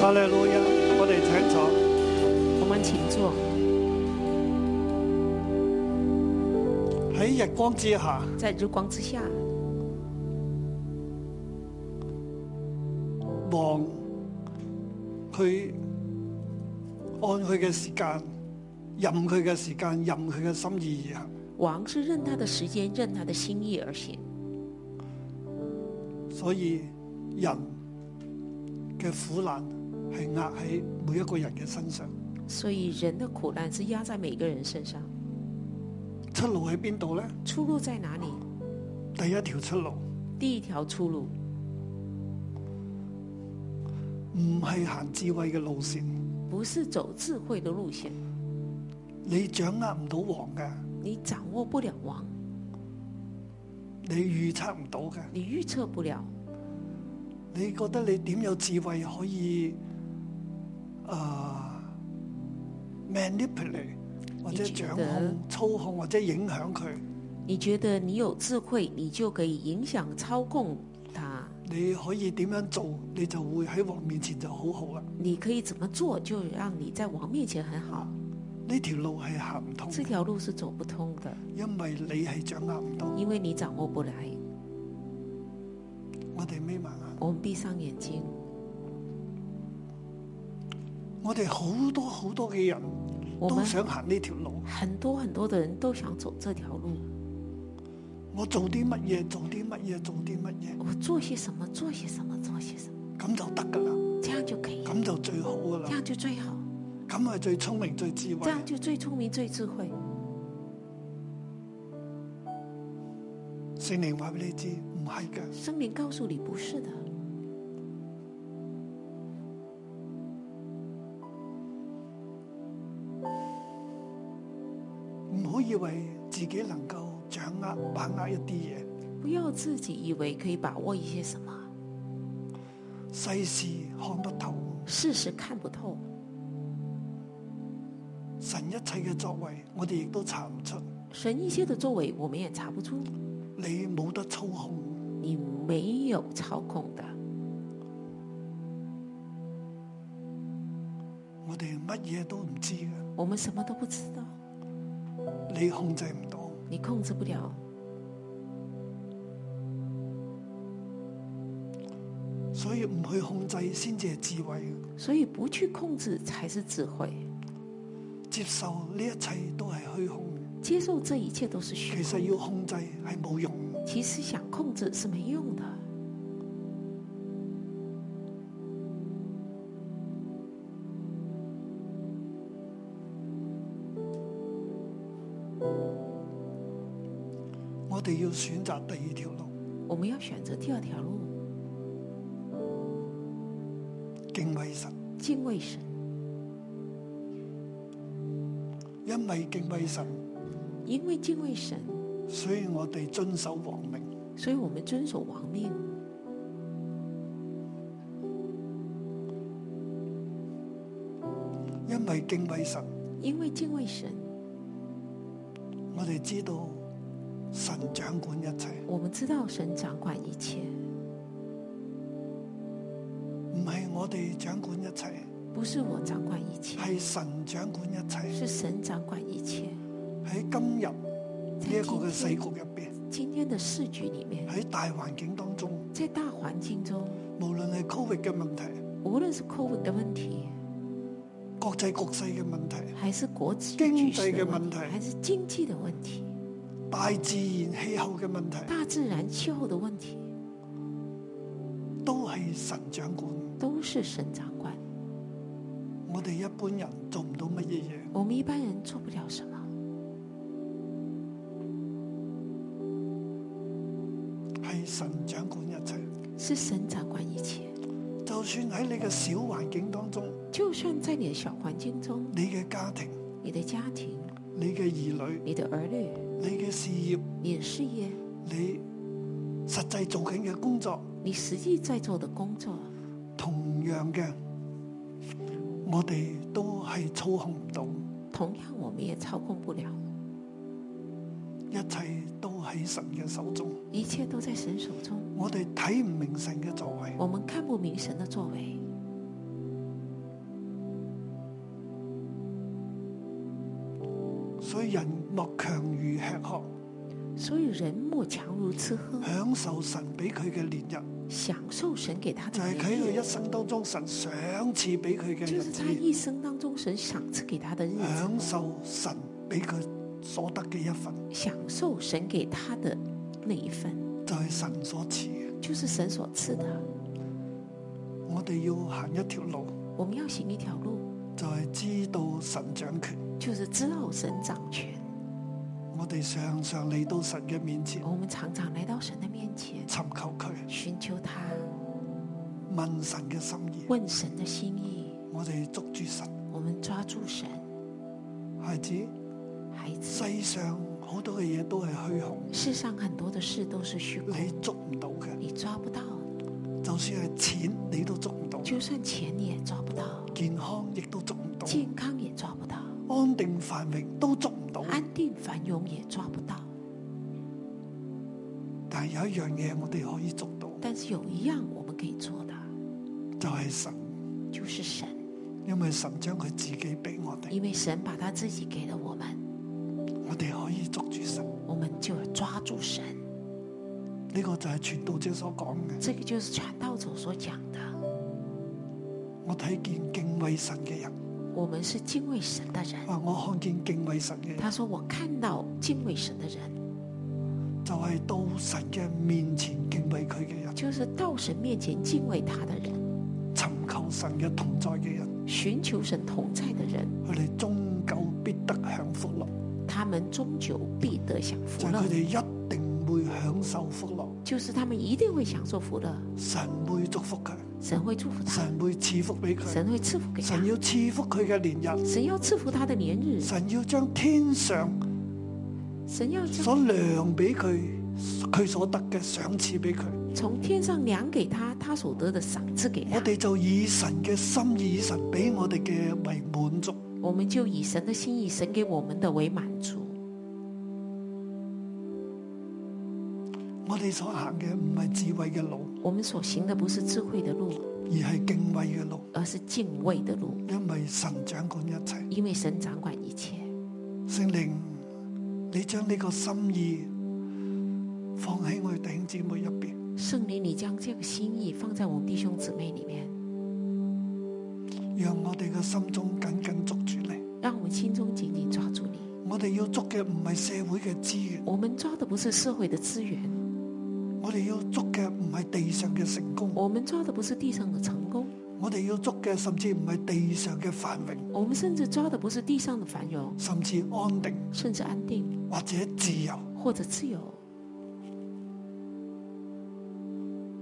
S2: 哈利路亞！我哋請坐。
S3: 我们请坐，
S2: 喺日光之下，
S3: 在日光之下，
S2: 望佢按佢嘅時間，任佢嘅時間，任佢嘅心意而行。
S3: 王是任他的时间，任他的心意而行。
S2: 所以人嘅苦難係壓喺每一個人嘅身上。
S3: 所以人的苦难是压在每个人身上。
S2: 出路喺邊度呢？
S3: 出路在哪里？
S2: 第一條出路
S3: 第一条出路
S2: 唔係行智慧嘅路線，
S3: 不是走智慧的路线，
S2: 你掌握唔到王嘅，
S3: 你掌握不了王，
S2: 你預測唔到嘅。
S3: 你预测不了。
S2: 你覺得你點有智慧可以啊、manipulate 或者
S3: 你覺
S2: 掌
S3: 得
S2: 控、操控或者影響佢？
S3: 你觉得你有智慧，你就可以影响操控他。
S2: 你可以點樣做，你就會喺王面前就好好啦。
S3: 你可以怎么做，就让你在王面前很好。
S2: 呢條路係行唔通嘅，
S3: 这条路是走不通的，
S2: 因為你係掌握唔到。
S3: 因为你掌握不来。
S2: 我哋眯埋眼，
S3: 我们闭上眼睛，
S2: 我哋好多好多嘅人
S3: 我
S2: 都
S3: 们
S2: 想行呢條路。
S3: 很多很多的人都想走这条路。
S2: 我做啲乜嘢？做啲乜嘢？做啲乜嘢？
S3: 我做些什么，做些什么，做些什么，
S2: 咁就得㗎啦，
S3: 这样就可以了，
S2: 咁就最好㗎
S3: 这
S2: 啦，
S3: 样就最好，
S2: 咁係最聰明、最智
S3: 这
S2: 慧。
S3: 样就最聪明、最智慧。
S2: 聖靈話俾你知，唔係㗎。
S3: 生命告诉你不是的，
S2: 唔好以為自己能夠掌握把握一啲嘢，
S3: 不要自己以为可以把握一些什么，
S2: 世事看不透，
S3: 事实看不透，
S2: 神一切嘅作為，我哋亦都查唔出。
S3: 神一些的作为我们也查不出，
S2: 你冇得操控，
S3: 你没有操控的。
S2: 我哋乜嘢都唔知嘅，
S3: 我们什么都不知道，
S2: 你控制唔到。
S3: 你控制不了。
S2: 所以唔去控制先至係智慧，
S3: 所以不去控制才是智慧。
S2: 接受呢一切都係虛空。
S3: 接受这一切都是虚
S2: 其實
S3: 空
S2: 要控制係冇用，
S3: 的，其实想控制是没用的。
S2: 我哋要選擇第二條路，
S3: 我们要选择第二条路，
S2: 敬畏神，
S3: 敬畏神，
S2: 因為敬畏神，
S3: 因为敬畏神，
S2: 所以我哋遵守王命。
S3: 所以我们遵守王命。
S2: 因為敬畏神，
S3: 因为敬畏神，
S2: 我哋知道神掌管一切，
S3: 我们知道神掌管一切，
S2: 唔係我哋掌管一切，
S3: 不是我掌管一切，
S2: 係神掌管一切。
S3: 是神掌管一切。
S2: 喺今日呢一個嘅世局入邊，
S3: 今天的市局里面，
S2: 喺大環境當中，
S3: 在大环境中，
S2: 無論係 Covid 嘅問題、
S3: 无论是 COVID 的问题，
S2: 國際局勢嘅問題、
S3: 还是国际
S2: 经济
S3: 局势
S2: 嘅
S3: 的
S2: 问
S3: 问
S2: 题
S3: 题，还是经济的问题，
S2: 大自然氣候嘅問題，
S3: 大自然气候的问题，
S2: 都係神掌管。
S3: 都是神掌管。
S2: 我哋一般人做唔到乜嘢嘢，
S3: 我们一般人做不了什么，
S2: 係神掌管一切。
S3: 是神掌管一切。
S2: 就算喺你嘅小環境當中，
S3: 就算在你的小环境中，
S2: 你嘅家庭、
S3: 你的家庭、
S2: 你嘅兒女、
S3: 你的儿女、
S2: 你嘅事業。
S3: 你的事业，
S2: 你實際做緊嘅工作，
S3: 你实际在做的工作，
S2: 同樣嘅，我哋都係操控唔到，
S3: 同样我们也操控不了，
S2: 一切都喺神嘅手中。
S3: 一切都在神手中。
S2: 我哋睇唔明神嘅作為，
S3: 我们看不明神的作为，
S2: 人莫強如吃喝，
S3: 所以人莫强如吃喝，
S2: 享受神俾佢嘅年日，
S3: 享受神给他的
S2: 就係
S3: 年
S2: 佢
S3: 日
S2: 喺佢一生當中神賞賜俾佢嘅
S3: 就
S2: 日
S3: 是他
S2: 子，
S3: 一生当中神赏赐给他的日子，
S2: 享受神俾佢所得嘅一份，
S3: 享受神给他的那一份，
S2: 就係神所賜嘅。
S3: 就是神所赐的。
S2: 我哋要行一條路，
S3: 我们要行一条路，
S2: 就係知道神掌權。
S3: 就是知道神掌权。
S2: 我哋常常嚟到神嘅面前，
S3: 我们常常来到神的面前，
S2: 尋求佢，
S3: 寻求他，
S2: 問神嘅心意。
S3: 问神的心意。
S2: 我哋捉住神，
S3: 我们抓住神，
S2: 孩子，
S3: 孩子，
S2: 世上好多嘅嘢都係虛空，
S3: 世上很多的事都是虚空，
S2: 你捉唔到嘅。
S3: 你抓不到，
S2: 就算係錢，你都捉唔到；
S3: 就算钱你也抓不到，
S2: 健康亦都捉唔到，
S3: 健康也抓不到，
S2: 安定繁榮都捉唔到。
S3: 安定繁荣也抓不到。
S2: 但係有一樣嘢我哋可以捉到，
S3: 但是有一样我们可以做的，
S2: 就係神，
S3: 就是神，
S2: 因為神將佢自己俾我哋，
S3: 因为神把他自己给了我们，
S2: 我哋可以捉住神。
S3: 我们就要抓住神。
S2: 呢、個就係傳道者所講嘅。
S3: 这个就是传道者所讲的，
S2: 我睇見敬畏神嘅人，
S3: 我们是敬畏神的人。
S2: 啊，我看見敬畏神嘅人
S3: 他说：“我看到敬畏神的人，
S2: 就係到神嘅面前敬畏佢嘅人，
S3: 就是到神面前敬畏他的人，
S2: 尋求神嘅同在嘅人，
S3: 寻求神同在的人，
S2: 佢哋終究必得享福樂，
S3: 他们终究必得享福
S2: 就係
S3: 乐
S2: 佢。哋一定會享受福樂。
S3: 就是他们一定会享受福乐，
S2: 神會祝福佢，
S3: 神会祝福他，
S2: 神會賜福俾佢，
S3: 啊神会赐福给他
S2: 神，要賜福佢嘅年日，
S3: 神要赐福他的年日，
S2: 神要將天上
S3: 神要
S2: 所
S3: 将
S2: 量俾佢，佢所得嘅賞賜俾佢。
S3: 从天上量给他他所得的赏赐给
S2: 我
S3: 他。
S2: 哋就以神嘅心意，以神俾我哋嘅為滿足。
S3: 我们就以神的心意，神给我们的为满足。
S2: 我哋所行嘅唔係智慧嘅路，
S3: 我们所行的不是智慧的路，
S2: 而係敬畏嘅路，
S3: 而是敬畏的路，
S2: 因為神掌管一切。
S3: 因为神掌管一切。
S2: 聖靈，你將呢個心意放喺我哋弟兄姊妹入邊。
S3: 圣灵，你将这个心意放在我们弟兄姊妹里面，
S2: 让我哋嘅心中紧紧捉住你。
S3: 让我们心中紧紧抓住你。
S2: 我哋要捉嘅唔系社会嘅资源，
S3: 我们抓的不是社会的资源，
S2: 我哋要捉嘅唔系地上嘅成功，
S3: 我们抓的不是地上的成功，
S2: 我哋要捉嘅甚至唔系地上嘅繁荣，
S3: 我们甚至抓的不是地上的繁荣，
S2: 甚至安定
S3: 甚至安定
S2: 或者自由。
S3: 或者自由。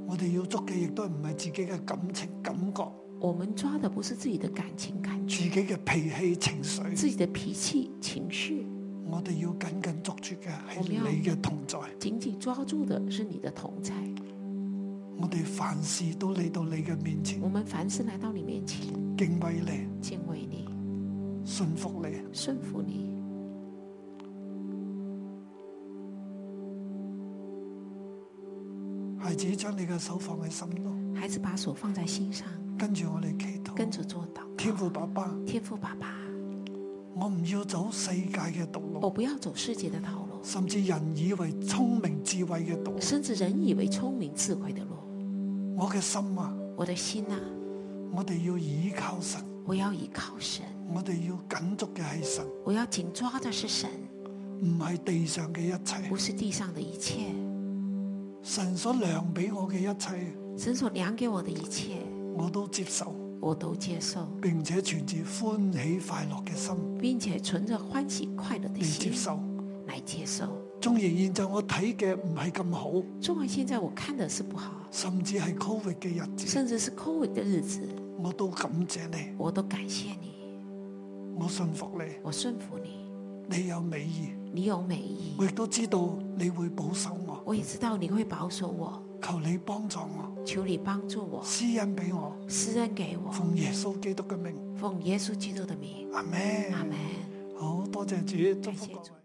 S2: 我哋要捉嘅亦都唔系自己嘅感情、感觉、
S3: 我们抓的不是自己的感情、感
S2: 自
S3: 觉、
S2: 己嘅脾气、情绪。
S3: 自己的脾气、情绪。
S2: 我哋要紧紧捉住嘅
S3: 我
S2: 系
S3: 们要
S2: 你嘅同在。
S3: 紧紧抓住的是你的同在。
S2: 我哋凡事都嚟到你嘅面前，
S3: 我们凡事来到你面前，
S2: 敬畏你、
S3: 敬畏你，
S2: 信服你。
S3: 顺服你。
S2: 孩子将你嘅手放喺心度，
S3: 孩子把手放在心上，
S2: 跟住我哋祈祷。
S3: 跟着做祷告。
S2: 天父爸爸，
S3: 天父爸爸，
S2: 我唔要走世界嘅道
S3: 我
S2: 路，
S3: 不要走世界的道路，
S2: 甚至人以為聰明智慧嘅道路。
S3: 甚至人以为聪明智慧的路。
S2: 我嘅心啊，
S3: 我的心呐、
S2: 我哋要倚靠神，
S3: 我要依靠神，
S2: 我哋要緊捉嘅係神，
S3: 我要紧抓的是神，
S2: 唔係地上嘅一
S3: 不
S2: 切。
S3: 是地上的一切。
S2: 神所量俾我嘅一切，
S3: 神所量给我的一切，
S2: 我都接受，
S3: 我都接受，
S2: 並且存住歡喜快樂嘅心
S3: 并且存着欢喜快乐的
S2: 嚟
S3: 心
S2: 嗯接受。
S3: 来接受。
S2: 縱然現在我睇嘅唔係咁好，
S3: 纵然现在我看的是不好，
S2: 甚至係 Covid 嘅日子，
S3: 甚至是 COVID 的日子，
S2: 我都感謝你，
S3: 我都感谢你，
S2: 我信服你，
S3: 我顺服你，
S2: 你有美意，
S3: 你有美意
S2: 我，亦都知道你會保守我。
S3: 我也知道你会保守我，
S2: 求你幫助我，
S3: 求你帮助我，
S2: 施恩俾我，
S3: 施恩给我，
S2: 奉耶穌基督嘅名，
S3: 奉耶稣基督的名，
S2: 阿咩？
S3: 阿门。
S2: 好多謝主，祝
S3: 感
S2: 福
S3: 谢
S2: 各
S3: 主
S2: 位。